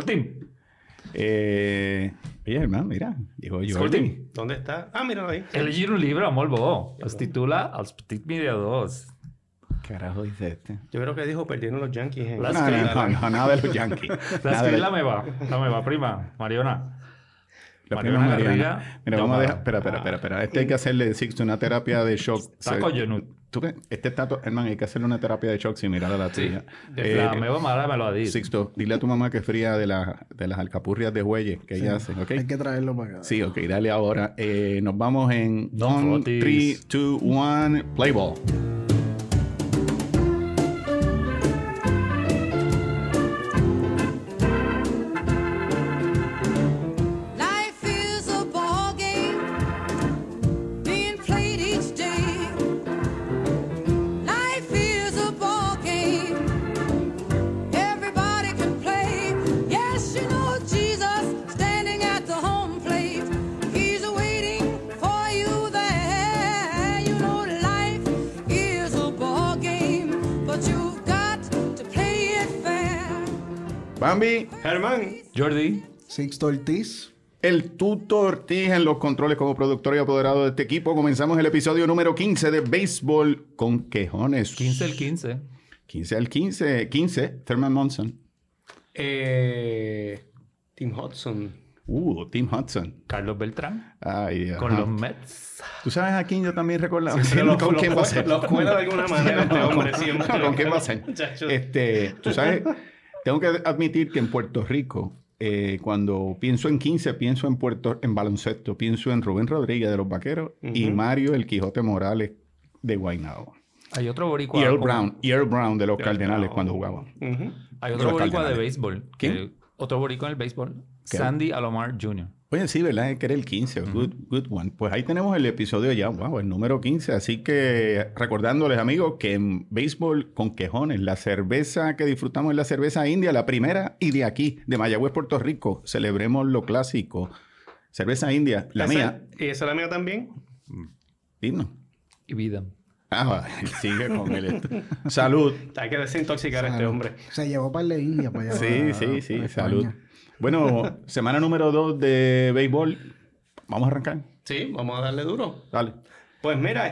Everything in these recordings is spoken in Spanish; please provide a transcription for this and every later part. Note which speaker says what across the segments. Speaker 1: Skoltim.
Speaker 2: Eh, oye, hermano, mira, llegó yo.
Speaker 1: Skoltim.
Speaker 3: ¿Dónde está? Ah, míralo ahí.
Speaker 1: He llegit un libro molt bo. Es titula Els petits mediadors.
Speaker 2: ¿Qué carajo dice este?
Speaker 3: Yo creo que dijo perdieron los Yankees. en-
Speaker 1: La
Speaker 2: No, no,
Speaker 1: escribí.
Speaker 2: no, no, nada de los yankees.
Speaker 1: La
Speaker 2: Nada de-
Speaker 1: escribí la meva, la meva prima, Mariona.
Speaker 2: La
Speaker 1: Mariana
Speaker 2: prima Mariana.
Speaker 1: Garriga.
Speaker 2: Mira, vamos a
Speaker 1: Toma.
Speaker 2: dejar. Espera, espera, espera, espera. Este hay que hacerle Sixto una terapia de shock.
Speaker 1: Está coyonut.
Speaker 2: ¿Tú qué? Este está. to- Hermano, hay que hacerle una terapia de shock similar a la tuya. Eh,
Speaker 1: La meva mare me lo ha dit.
Speaker 2: Sixto, dile a tu mamá que es fría de, la- de las alcapurrias de Güeyes que ella hace, ¿ok?
Speaker 4: Hay que traerlo para acá.
Speaker 2: Sí, ok, dale ahora. Eh, nos vamos en
Speaker 1: No
Speaker 2: 1,
Speaker 1: flotis.
Speaker 2: 3, 2, 1, play ball.
Speaker 5: Life is a ball game being played each day. Life is a ball game. Everybody can play. Yes, you know Jesus standing at the home plate. He's waiting for you there. You know life is a ball game, but you've got to play it fair.
Speaker 2: Bambi,
Speaker 3: Germán.
Speaker 1: Jordi,
Speaker 4: Sixto Ortiz.
Speaker 2: el tuto Ortiz en los controles como productor y apoderado de este equipo. Comenzamos el episodio número 15 de Béisbol con Quejones.
Speaker 1: 15 el 15.
Speaker 2: 15 al 15, 15, Thurman Monson.
Speaker 3: Eh, Tim Hudson.
Speaker 2: Uh, Tim Hudson.
Speaker 1: Carlos Beltrán,
Speaker 2: Ay, Dios.
Speaker 1: con
Speaker 2: Ajá.
Speaker 1: los Mets.
Speaker 2: ¿Tú sabes a quién yo también recordaba?
Speaker 3: Pero los-
Speaker 2: ¿Con
Speaker 3: los
Speaker 2: quién va a
Speaker 3: cue-
Speaker 2: ser?
Speaker 3: Los cuela de alguna manera este hombre
Speaker 2: No,
Speaker 3: siempre.
Speaker 2: ¿Con quién va a ser?
Speaker 3: Muchacho.
Speaker 2: Este, tú sabes, tengo que admitir que en Puerto Rico, eh, cuando pienso en 15, pienso en Puerto, en baloncesto, pienso en Rubén Rodríguez de los Vaqueros y
Speaker 3: Ujú.
Speaker 2: Mario el Quijote Morales de Guaynabo.
Speaker 1: Hay otro
Speaker 2: Y
Speaker 1: boricua.
Speaker 2: Earl
Speaker 1: como-
Speaker 2: Brown, y Earl Brown de los Cardenales
Speaker 3: Brown.
Speaker 2: cuando jugaban.
Speaker 3: Ujú.
Speaker 1: Hay
Speaker 2: de
Speaker 1: otro
Speaker 2: los
Speaker 1: boricua de
Speaker 2: Cardenales.
Speaker 1: béisbol.
Speaker 2: ¿Quién?
Speaker 1: que- Otro boricua en el béisbol.
Speaker 2: ¿Qué?
Speaker 1: Sandy Alomar Jr.
Speaker 2: Oye, sí, ¿verdad? Que era el 15. Good, good one. Pues ahí tenemos el episodio ya, wow, el número 15. Así que recordándoles, amigos, que en béisbol con quejones, la cerveza que disfrutamos es la cerveza india, la primera, y de aquí, de Mayagüez, Puerto Rico, celebremos lo clásico. Cerveza india, la
Speaker 3: Esa-
Speaker 2: mía,
Speaker 3: ¿Y esa es la mía también?
Speaker 2: digno.
Speaker 1: Y vida.
Speaker 2: Ah, va, sigue con el esto. Salud.
Speaker 3: Hay que desintoxicar a este
Speaker 4: Salud.
Speaker 3: hombre.
Speaker 4: Se llevó para la India, para allá.
Speaker 2: Sí,
Speaker 3: Ah,
Speaker 4: para-
Speaker 2: sí, sí,
Speaker 4: para
Speaker 2: salud.
Speaker 4: España.
Speaker 2: Bueno, semana número 2 de béisbol. Vamos a arrancar.
Speaker 3: Sí, vamos a darle duro.
Speaker 2: Dale.
Speaker 3: Pues mira,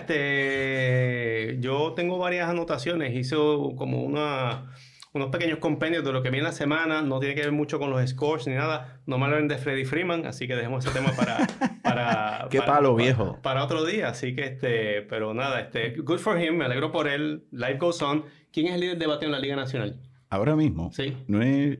Speaker 3: este, yo tengo varias anotaciones, hice como una, unos pequeños compendios de lo que vi en la semana, no tiene que ver mucho con los scores ni nada, no me hablan de Freddy Freeman, así que dejemos ese tema para, para,
Speaker 2: Qué
Speaker 3: para-
Speaker 2: palo,
Speaker 3: para-
Speaker 2: viejo.
Speaker 3: para otro día, así que este, pero nada, este, good for him, me alegro por él, life goes on. ¿Quién es el líder de bateo en la Liga Nacional?
Speaker 2: Ahora mismo.
Speaker 3: Sí.
Speaker 2: No es.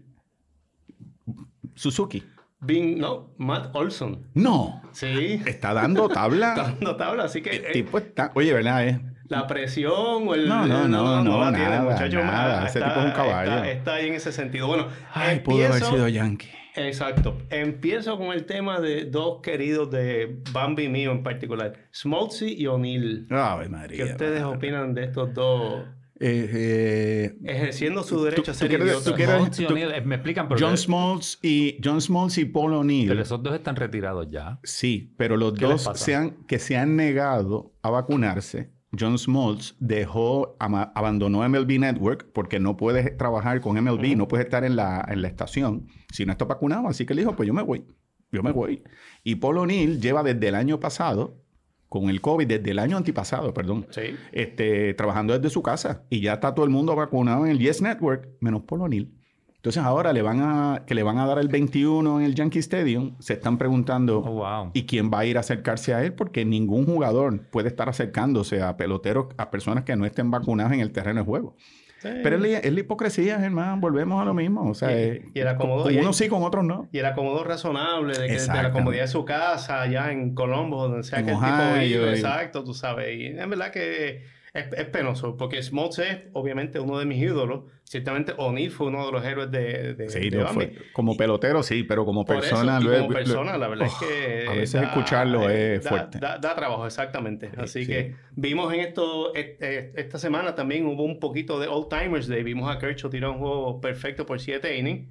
Speaker 2: Suzuki.
Speaker 3: Bing, no, Matt Olson.
Speaker 2: No.
Speaker 3: Sí,
Speaker 2: Está dando
Speaker 3: está
Speaker 2: tabla.
Speaker 3: dando tabla, así que
Speaker 2: El
Speaker 3: eh,
Speaker 2: tipo está. Oye, ¿verdad? eh?
Speaker 3: La presión o el.
Speaker 2: No, no, no, no,
Speaker 3: la tiene,
Speaker 2: nada,
Speaker 3: muchacho.
Speaker 2: nada. Ese tipo es un caballo.
Speaker 3: Está, está ahí en ese sentido. Bueno,
Speaker 2: Ay,
Speaker 3: empiezo,
Speaker 2: pudo haber sido Yankee.
Speaker 3: Exacto. Empiezo con el tema de dos queridos de Bambi mío en particular: Smoltzy y O'Neill.
Speaker 2: Ave María.
Speaker 3: ¿Qué ustedes
Speaker 2: madre.
Speaker 3: opinan de estos dos
Speaker 2: Eh, eh,
Speaker 3: ejerciendo su derecho a
Speaker 2: tú
Speaker 3: ser
Speaker 2: quieres-
Speaker 3: idiotas?
Speaker 2: tú quieres-
Speaker 1: Monty
Speaker 2: tú-
Speaker 1: O'Neill, eh, me explican, pero,
Speaker 2: John Smalls y John Smalls y Paul
Speaker 1: pero
Speaker 2: O'Neill.
Speaker 1: esos dos están retirados ya.
Speaker 2: Sí, pero los
Speaker 1: ¿Qué les
Speaker 2: dos
Speaker 1: pasa?
Speaker 2: se han- que se han negado a vacunarse. John Smalls dejó, ama- abandonó MLB Network porque no puedes trabajar con MLB, no puedes estar en la, en la estación si no estás vacunado. Así que le dijo, pues yo me voy, yo me voy. Y Paul O'Neill lleva desde el año pasado, con el COVID, desde el año antipasado, perdón,
Speaker 3: Sí.
Speaker 2: este, trabajando desde su casa y ya está todo el mundo vacunado en el Yes Network, menos Paul O'Neill. Entonces ahora le van a, que le van a dar el 21 en el Yankee Stadium, se están preguntando,
Speaker 1: Oh, wow.
Speaker 2: ¿Y quién va a ir a acercarse a él? Porque ningún jugador puede estar acercándose a peloteros, a personas que no estén vacunadas en el terreno de juego.
Speaker 3: Sí.
Speaker 2: Pero es la, es la hipocresía, hermano. Volvemos a lo mismo. O sea,
Speaker 3: Y-
Speaker 2: eh,
Speaker 3: y el acomodo-
Speaker 2: con
Speaker 3: y-
Speaker 2: unos sí, con otros no.
Speaker 3: Y el acomodo razonable de, que, de la
Speaker 2: Exactamente.
Speaker 3: comodidad de su casa, allá en Colombo, donde sea
Speaker 2: En
Speaker 3: que
Speaker 2: Ohio,
Speaker 3: el tipo vive,
Speaker 2: y-
Speaker 3: exacto, tú sabes. Y en verdad que es, es penoso, porque Smoltz es obviamente uno de mis ídolos. Ciertamente O'Neill fue uno de los héroes de, de,
Speaker 2: Sí,
Speaker 3: Eh, de
Speaker 2: lo
Speaker 3: Bambi.
Speaker 2: fue. Como pelotero, sí, pero como
Speaker 3: Por
Speaker 2: persona.
Speaker 3: eso, y
Speaker 2: lo es-
Speaker 3: como
Speaker 2: lo- Oh,
Speaker 3: persona, la verdad es que... eh,
Speaker 2: a veces escucharlo es
Speaker 3: da-
Speaker 2: fuerte.
Speaker 3: Da, da trabajo, exactamente. Así
Speaker 2: sí.
Speaker 3: que vimos en esto, et- et- esta semana también hubo un poquito de Old Timers Day. Vimos a Kershaw tirar un juego perfecto por 7 innings.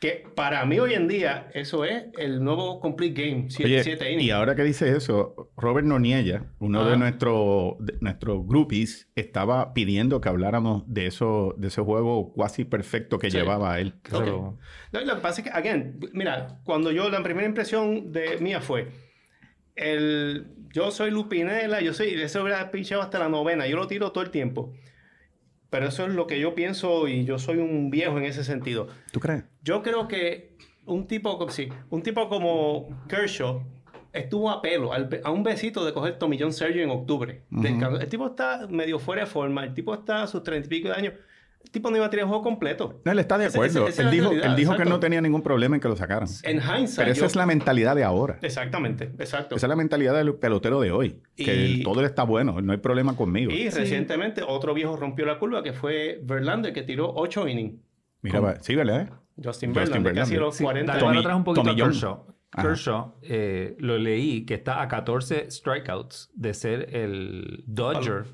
Speaker 3: Que para mí hoy en día, eso es el nuevo complete game.
Speaker 2: Oye,
Speaker 3: 7 innings.
Speaker 2: y ahora que dices eso, Robert Noniella, uno
Speaker 3: Ah.
Speaker 2: de nuestros de nuestros groupies, estaba pidiendo que habláramos de eso, de ese juego cuasi perfecto que
Speaker 3: Sí.
Speaker 2: llevaba él.
Speaker 1: Claro.
Speaker 3: No, y lo que pasa es que, again, mira, cuando yo, la primera impresión de mía fue, el, yo soy Lupinela, yo soy, ese hubiera pinchado hasta la novena, yo lo tiro todo el tiempo. Pero eso es lo que yo pienso y yo soy un viejo en ese sentido.
Speaker 2: ¿Tú crees?
Speaker 3: Yo creo que un tipo, co- sí, un tipo como Kershaw estuvo a pelo, al be- a un besito de coger Tommy John Sergio en octubre. Descansó. El tipo está medio fuera de forma, el tipo está a sus treinta y pico de años. El tipo no iba a tirar el juego completo.
Speaker 2: No, él está de
Speaker 3: Ese-
Speaker 2: acuerdo.
Speaker 3: ese- esa es
Speaker 2: él
Speaker 3: la
Speaker 2: dijo,
Speaker 3: realidad,
Speaker 2: él dijo que
Speaker 3: exacto.
Speaker 2: no tenía ningún problema en que lo sacaran.
Speaker 3: En hindsight,
Speaker 2: Pero esa
Speaker 3: yo-
Speaker 2: es la mentalidad de ahora.
Speaker 3: Exactamente, exacto.
Speaker 2: Esa es la mentalidad del pelotero de hoy. Que
Speaker 3: Y-
Speaker 2: el- todo le está bueno, no hay problema conmigo.
Speaker 3: Y recientemente otro viejo rompió la curva que fue Verlander, que tiró 8 innings.
Speaker 2: Mira, va- sí, ¿verdad?
Speaker 3: Justin,
Speaker 2: Justin
Speaker 3: Verlander, casi
Speaker 2: Verlander.
Speaker 3: los
Speaker 1: Dale
Speaker 3: 40.
Speaker 1: para
Speaker 2: Tommy-
Speaker 1: atrás un poquito
Speaker 2: Tommy
Speaker 1: a
Speaker 2: John.
Speaker 1: Kershaw.
Speaker 2: Ajá.
Speaker 1: Kershaw, eh, lo leí, que está a 14 strikeouts de ser el Dodger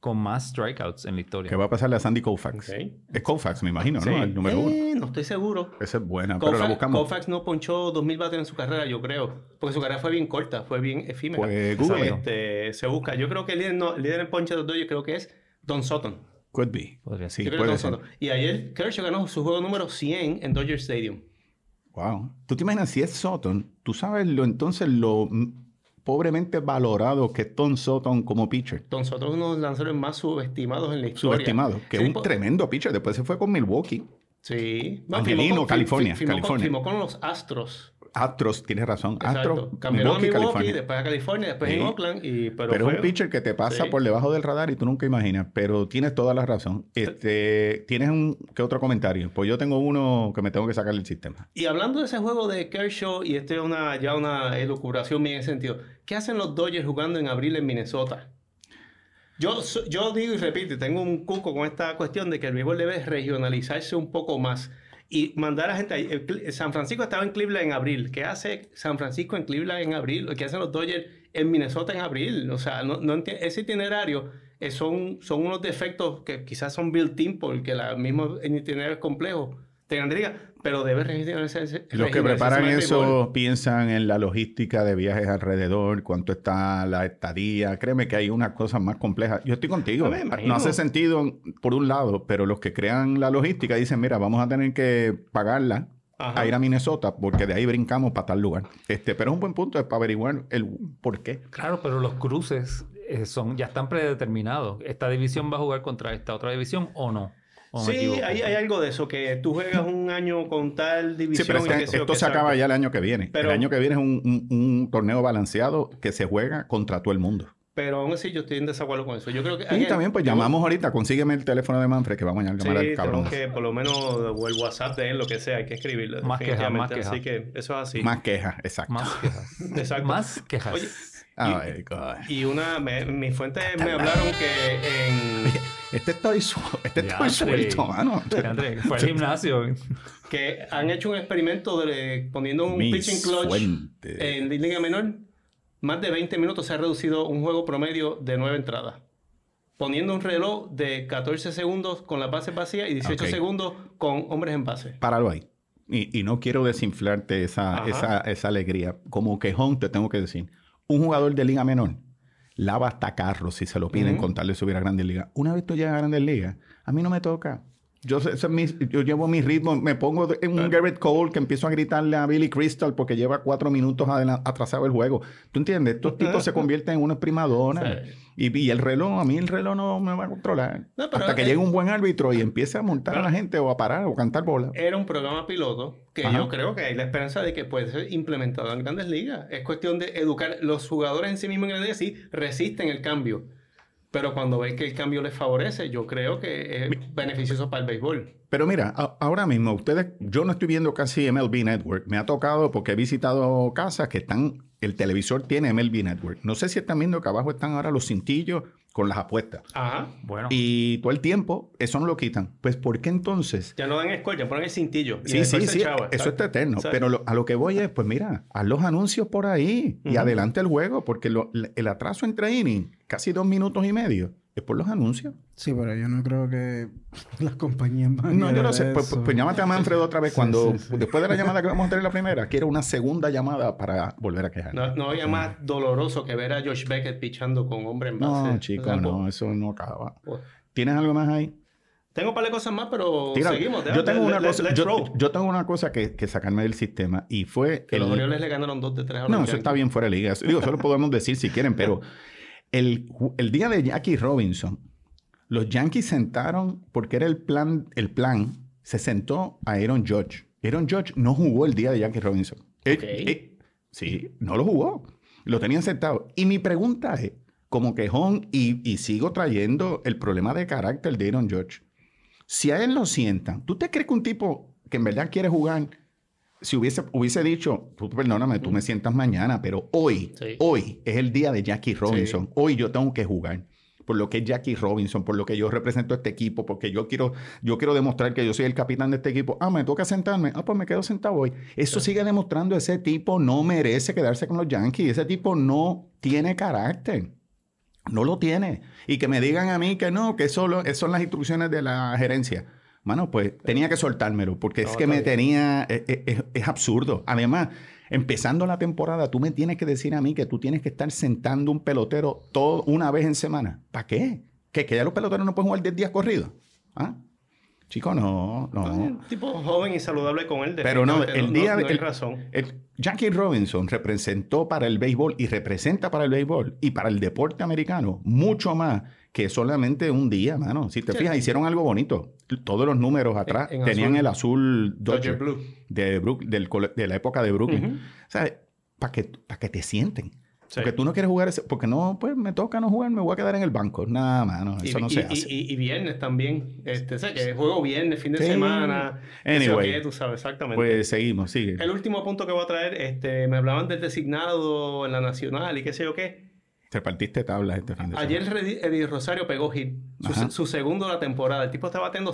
Speaker 1: con más strikeouts en la historia.
Speaker 2: ¿Qué va a pasarle a Sandy Koufax?
Speaker 3: Ok.
Speaker 2: Es Koufax, me imagino,
Speaker 3: Sí.
Speaker 2: ¿no? El número uno.
Speaker 3: Eh, no estoy seguro.
Speaker 2: Esa es buena, pero la
Speaker 3: Koufax,
Speaker 2: buscamos.
Speaker 3: Koufax no ponchó 2000 bates en su carrera, yo creo. Porque su carrera fue bien corta, fue bien efímera.
Speaker 2: Pues, Google.
Speaker 3: Este, se busca. Yo creo que el líder, no- el líder en ponche de los Dodgers creo que es Don Sutton.
Speaker 2: Could be.
Speaker 1: Podría
Speaker 2: Sí,
Speaker 3: Yo creo que
Speaker 2: puede
Speaker 3: Don
Speaker 2: ser.
Speaker 3: Sutton. Y ayer Kershaw ganó su juego número 100 en Dodger Stadium.
Speaker 2: Wow. ¿Tú te imaginas si es Sutton? ¿Tú sabes lo entonces lo mm, pobremente valorado que es Tom Sutton como pitcher?
Speaker 3: Don Sutton es uno de los lanzadores más subestimados en la historia.
Speaker 2: Subestimado. Que es
Speaker 3: Sí,
Speaker 2: un
Speaker 3: po-
Speaker 2: tremendo pitcher. Después se fue con Milwaukee.
Speaker 3: Sí. No,
Speaker 2: Angelino,
Speaker 3: firmó con-
Speaker 2: California,
Speaker 3: fi- firmó con-
Speaker 2: California.
Speaker 3: firmó con los Astros.
Speaker 2: Astros, tienes razón. Astros,
Speaker 3: Exacto. Cambiaron
Speaker 2: Milwaukee,
Speaker 3: a Milwaukee,
Speaker 2: California.
Speaker 3: después a California, después
Speaker 2: Sí.
Speaker 3: en Oakland. Y, pero
Speaker 2: Pero, es
Speaker 3: fue-
Speaker 2: un pitcher que te pasa
Speaker 3: Sí.
Speaker 2: por debajo del radar y tú nunca imaginas. Pero tienes toda la razón.
Speaker 3: Eh.
Speaker 2: Este, ¿Tienes un qué otro comentario? Pues yo tengo uno que me tengo que sacar del sistema.
Speaker 3: Y hablando de ese juego de Kershaw, y esto es una, ya una elucubración mía en ese sentido, ¿qué hacen los Dodgers jugando en abril en Minnesota? Yo, so- yo digo y repito, y tengo un cuco con esta cuestión de que el béisbol debe regionalizarse un poco más y mandar a gente. a- el Cle- San Francisco estaba en Cleveland en abril. ¿Qué hace San Francisco en Cleveland en abril? ¿Qué hacen los Dodgers en Minnesota en abril? O sea, no, no enti- ese itinerario eh, son, son unos defectos que quizás son built-in porque el mismo itinerario es complejo. Tecnología, pero debe regionalizarse.
Speaker 2: Los que
Speaker 3: regionalizarse
Speaker 2: preparan
Speaker 3: más el béisbol.
Speaker 2: eso piensan en la logística de viajes alrededor, cuánto está la estadía. Créeme que hay unas cosas más complejas. Yo estoy contigo.
Speaker 3: No Ah, me imagino.
Speaker 2: No hace sentido por un lado, pero los que crean la logística dicen, mira, vamos a tener que pagarla
Speaker 3: Ajá.
Speaker 2: a ir a Minnesota porque de ahí brincamos para tal lugar. Este, pero es un buen punto es para averiguar el por qué.
Speaker 1: Claro, pero los cruces eh, son, ya están predeterminados. ¿Esta división va a jugar contra esta otra división o no? ¿O me
Speaker 3: Sí,
Speaker 1: equivoco?
Speaker 3: hay, hay algo de eso, que tú juegas un año con tal
Speaker 2: Sí,
Speaker 3: división.
Speaker 2: pero
Speaker 3: y
Speaker 2: este-
Speaker 3: qué sé yo,
Speaker 2: esto
Speaker 3: qué
Speaker 2: se acaba
Speaker 3: saco.
Speaker 2: ya el año que viene.
Speaker 3: Pero-
Speaker 2: el año que viene es un, un- un torneo balanceado que se juega contra todo el mundo.
Speaker 3: Pero aún así yo estoy en desacuerdo con eso. Yo creo que...
Speaker 2: Y también, pues llamamos ahorita, consígueme el teléfono de Manfred que vamos a
Speaker 3: Sí,
Speaker 2: llamar al cabrón.
Speaker 3: tenemos que por lo menos o el WhatsApp de él, lo que sea, hay que escribirlo.
Speaker 1: Más quejas,
Speaker 3: definitivamente.
Speaker 1: más
Speaker 3: Así que eso es así.
Speaker 2: Más quejas, exacto.
Speaker 1: Más quejas.
Speaker 3: Exacto.
Speaker 1: Más quejas.
Speaker 3: Oye,
Speaker 2: Ay, God.
Speaker 3: Y una, me- mis fuentes me hablaron que en,
Speaker 2: Este estoy, su- este
Speaker 1: Ya,
Speaker 2: estoy
Speaker 1: sí.
Speaker 2: suelto, mano.
Speaker 1: André, fue al gimnasio.
Speaker 3: que han hecho un experimento de, eh, poniendo un
Speaker 2: Mis
Speaker 3: pitching clutch
Speaker 2: fuentes.
Speaker 3: en Liga Menor. Más de 20 minutos se ha reducido un juego promedio de 9 entradas. Poniendo un reloj de 14 segundos con las bases vacías y 18
Speaker 2: Ok.
Speaker 3: segundos con hombres en base.
Speaker 2: Páralo ahí. Y, y no quiero desinflarte esa,
Speaker 3: Ajá.
Speaker 2: esa, esa alegría. Como quejón, te tengo que decir. Un jugador de liga menor lava hasta carros si se lo piden
Speaker 3: Ujú.
Speaker 2: con tal de subir a Grandes Ligas. Una vez tú llegas a Grandes Ligas, a mí no me toca. Yo, sé- ese es mi- yo llevo mi ritmo, me pongo de- en un Garrett Cole que empiezo a gritarle a Billy Crystal porque lleva cuatro minutos adela- atrasado el juego. ¿Tú entiendes? Estos tipos se convierten en unas primadonas.
Speaker 3: Sí.
Speaker 2: Y, y el reloj, a mí el reloj no me va a controlar.
Speaker 3: No, pero
Speaker 2: Hasta que
Speaker 3: es-
Speaker 2: llegue un buen árbitro y empiece a montar a la gente o a parar o cantar bola.
Speaker 3: Era un programa piloto que
Speaker 2: Ajá.
Speaker 3: yo creo que hay la esperanza de que puede ser implementado en grandes ligas. Es cuestión de educar. Los jugadores en sí mismos en grandes ligas sí resisten el cambio. Pero cuando ves que el cambio les favorece, yo creo que es beneficioso para el béisbol.
Speaker 2: Pero mira, a- ahora mismo ustedes, yo no estoy viendo casi MLB Network. Me ha tocado porque he visitado casas que están, el televisor tiene MLB Network. No sé si están viendo que abajo están ahora los cintillos con las apuestas.
Speaker 3: Ajá.
Speaker 1: Bueno,
Speaker 2: Y todo el tiempo, eso no lo quitan. Pues, ¿por qué entonces?
Speaker 3: Ya no dan escuela, ya ponen el cintillo. y
Speaker 2: Sí,
Speaker 3: después
Speaker 2: sí,
Speaker 3: se
Speaker 2: sí,
Speaker 3: chava,
Speaker 2: eso
Speaker 3: ¿sabes?
Speaker 2: está eterno.
Speaker 3: ¿Sabes?
Speaker 2: Pero lo- a lo que voy es, pues mira, haz los anuncios por ahí y
Speaker 3: Ujú.
Speaker 2: adelante el juego, porque lo- el atraso entre inning, casi dos minutos y medio, Es por los anuncios.
Speaker 4: Sí, pero yo no creo que las compañías van a
Speaker 2: No, yo
Speaker 4: querer
Speaker 2: lo sé. Pues,
Speaker 4: eso.
Speaker 2: pues- pues llámate a Manfred otra vez.
Speaker 4: Sí,
Speaker 2: cuando
Speaker 4: sí, sí.
Speaker 2: Después de la llamada que vamos a tener la primera, quiero una segunda llamada para volver a quejar. No,
Speaker 3: No, no había más doloroso que ver a Josh Beckett pichando con hombre en base. pues,
Speaker 2: chico,
Speaker 3: O sea,
Speaker 2: no.
Speaker 3: po-
Speaker 2: Eso no acaba.
Speaker 3: po-
Speaker 2: ¿Tienes algo más ahí?
Speaker 3: Tengo un par de cosas más, pero
Speaker 2: Tira.
Speaker 3: Pues seguimos.
Speaker 2: yo, tengo una
Speaker 3: Let-
Speaker 2: cosa,
Speaker 3: let's
Speaker 2: yo,
Speaker 3: roll.
Speaker 2: yo tengo una cosa que, que sacarme del sistema y fue...
Speaker 3: Que los
Speaker 2: el-
Speaker 3: Orioles le ganaron dos de tres a los
Speaker 2: No,
Speaker 3: Yankees.
Speaker 2: eso está bien fuera de liga. Eso- Digo, eso lo podemos decir si quieren, pero el, ju- el día de Jackie Robinson, los Yankees sentaron, porque era el plan, el plan, se sentó a Aaron Judge. Aaron Judge no jugó el día de Jackie Robinson. Eh,
Speaker 3: Ok.
Speaker 2: eh, sí, no lo jugó. Lo tenían sentado. Y mi pregunta es, como quejón, y, y sigo trayendo el problema de carácter de Aaron Judge. Si a él lo sientan, ¿tú te crees que un tipo que en verdad quiere jugar si hubiese, hubiese dicho, tú perdóname, tú me sientas mañana, pero hoy,
Speaker 3: Sí.
Speaker 2: hoy es el día de Jackie Robinson. Hoy yo tengo que jugar. Por lo que es Jackie Robinson, por lo que yo represento a este equipo, porque yo quiero, yo quiero demostrar que yo soy el capitán de este equipo. Ah, me toca sentarme. Ah, pues me quedo sentado hoy. Eso sigue demostrando, ese tipo no merece quedarse con los Yankees. Ese tipo no tiene carácter. No lo tiene. Y que me digan a mí que no, que solo esas son las instrucciones de la gerencia. Mano, pues tenía que soltármelo, porque
Speaker 3: No,
Speaker 2: es que
Speaker 3: está
Speaker 2: me
Speaker 3: bien.
Speaker 2: tenía. Es, es- es absurdo. Además, empezando la temporada, tú me tienes que decir a mí que tú tienes que estar sentando un pelotero todo, una vez en semana. ¿Para qué? ¿Que, que ya los peloteros no pueden jugar 10 días corridos. ¿Ah? Chico, no, no.
Speaker 3: Un tipo joven y saludable con él.
Speaker 2: Ah. Pero no,
Speaker 3: definitivamente,
Speaker 2: el día
Speaker 3: no,
Speaker 2: de.
Speaker 3: no hay
Speaker 2: el-
Speaker 3: razón.
Speaker 2: el- Jackie Robinson representó para el béisbol y representa para el béisbol y para el deporte americano mucho más que solamente un día, mano. Si te
Speaker 3: Sí.
Speaker 2: fijas, hicieron algo bonito. Todos los números atrás
Speaker 3: en
Speaker 2: tenían
Speaker 3: azul.
Speaker 2: el azul
Speaker 3: Dodger
Speaker 2: Dodger
Speaker 3: Blue.
Speaker 2: de, Brook- del cole- de la época de Brooklyn.
Speaker 3: Ujú.
Speaker 2: ¿Sabes? Para que, pa' que te sienten.
Speaker 3: Sí.
Speaker 2: Porque tú no quieres jugar ese- Porque no, pues me toca no jugar, me voy a quedar en el banco. Nada, mano.
Speaker 3: Y,
Speaker 2: Eso no
Speaker 3: y-
Speaker 2: se
Speaker 3: y-
Speaker 2: hace.
Speaker 3: y- y viernes también. Este, o sea, que juego viernes, fin de
Speaker 2: Sí.
Speaker 3: semana. que sé yo
Speaker 2: Anyway.
Speaker 3: qué, tú sabes, exactamente.
Speaker 2: pues seguimos, sigue.
Speaker 3: El último punto que voy a traer, este, me hablaban del designado en la nacional y qué sé yo qué.
Speaker 2: Te partiste tablas este fin de
Speaker 3: Ayer Redi- Eddie Rosario pegó hit, su,
Speaker 2: Ajá.
Speaker 3: su segundo de la temporada. El tipo está bateando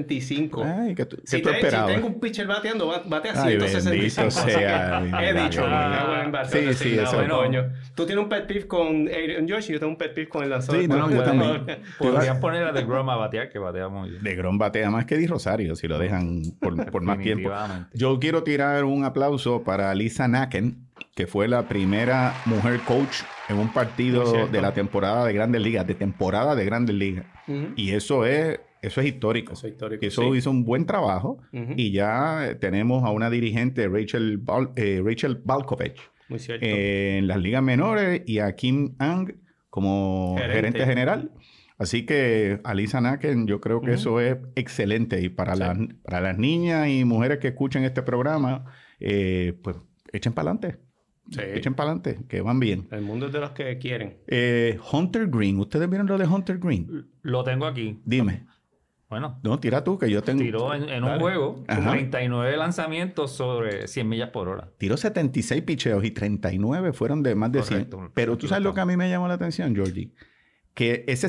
Speaker 3: 0.65.
Speaker 2: semana. Ay, que tú, que
Speaker 3: Si,
Speaker 2: tú
Speaker 3: te- si
Speaker 2: esperabas.
Speaker 3: tengo un pitcher bateando, ba- batea
Speaker 2: Ay,
Speaker 3: 165.
Speaker 2: bendito sea.
Speaker 3: He
Speaker 2: mira,
Speaker 3: dicho,
Speaker 2: qué bueno.
Speaker 3: una buena inversión
Speaker 2: Sí,
Speaker 3: de
Speaker 2: sí,
Speaker 3: signado,
Speaker 2: eso.
Speaker 3: bueno,
Speaker 1: Bueno.
Speaker 3: coño. Tú tienes un pet peeve con Aaron Josh y yo tengo un pet peeve con el lanzador.
Speaker 2: Sí, no,
Speaker 3: Bueno,
Speaker 2: yo
Speaker 3: bueno,
Speaker 2: también.
Speaker 1: Podrías poner a The Grom a batear, que batea muy bien.
Speaker 2: De Grom batea más que Di Rosario, si lo dejan por, por más tiempo.
Speaker 1: Definitivamente.
Speaker 2: Yo quiero tirar un aplauso para Lisa Nacken, que fue la primera mujer coach en un
Speaker 3: Muy
Speaker 2: partido
Speaker 3: cierto.
Speaker 2: de la temporada de Grandes Ligas, de temporada de Grandes Ligas.
Speaker 3: Ujú.
Speaker 2: Y eso es, eso es histórico.
Speaker 3: Eso es histórico,
Speaker 2: Que Eso
Speaker 3: sí.
Speaker 2: hizo un buen trabajo
Speaker 3: Ujú.
Speaker 2: y ya eh, tenemos a una dirigente, Rachel, Bal- eh, Rachel Balkovich,
Speaker 3: Muy cierto.
Speaker 2: eh, en las ligas menores y a Kim Ang como gerente,
Speaker 3: Gerente.
Speaker 2: general. Así que a Lisa Naken, yo creo que
Speaker 3: Ujú.
Speaker 2: eso es excelente. Y para, las, para las niñas y mujeres que escuchen este programa, eh, pues echen para adelante.
Speaker 3: Sí.
Speaker 2: Echen para adelante, que van bien.
Speaker 3: El mundo es de los que quieren.
Speaker 2: Eh, Hunter Green, ¿ustedes vieron lo de Hunter Green?
Speaker 1: Lo tengo aquí.
Speaker 2: Dime.
Speaker 1: Bueno,
Speaker 2: No, tira tú, que yo tengo.
Speaker 1: tiró en, en un
Speaker 2: Mm. Dale.
Speaker 1: juego
Speaker 2: Ajá.
Speaker 1: 39 lanzamientos sobre 100 millas por hora.
Speaker 2: Tiró 76 picheos y 39 fueron de más de 100.
Speaker 1: Correcto.
Speaker 2: Pero tú sabes lo
Speaker 1: Equivocado.
Speaker 2: que a mí me llamó la atención, Georgie. Que ese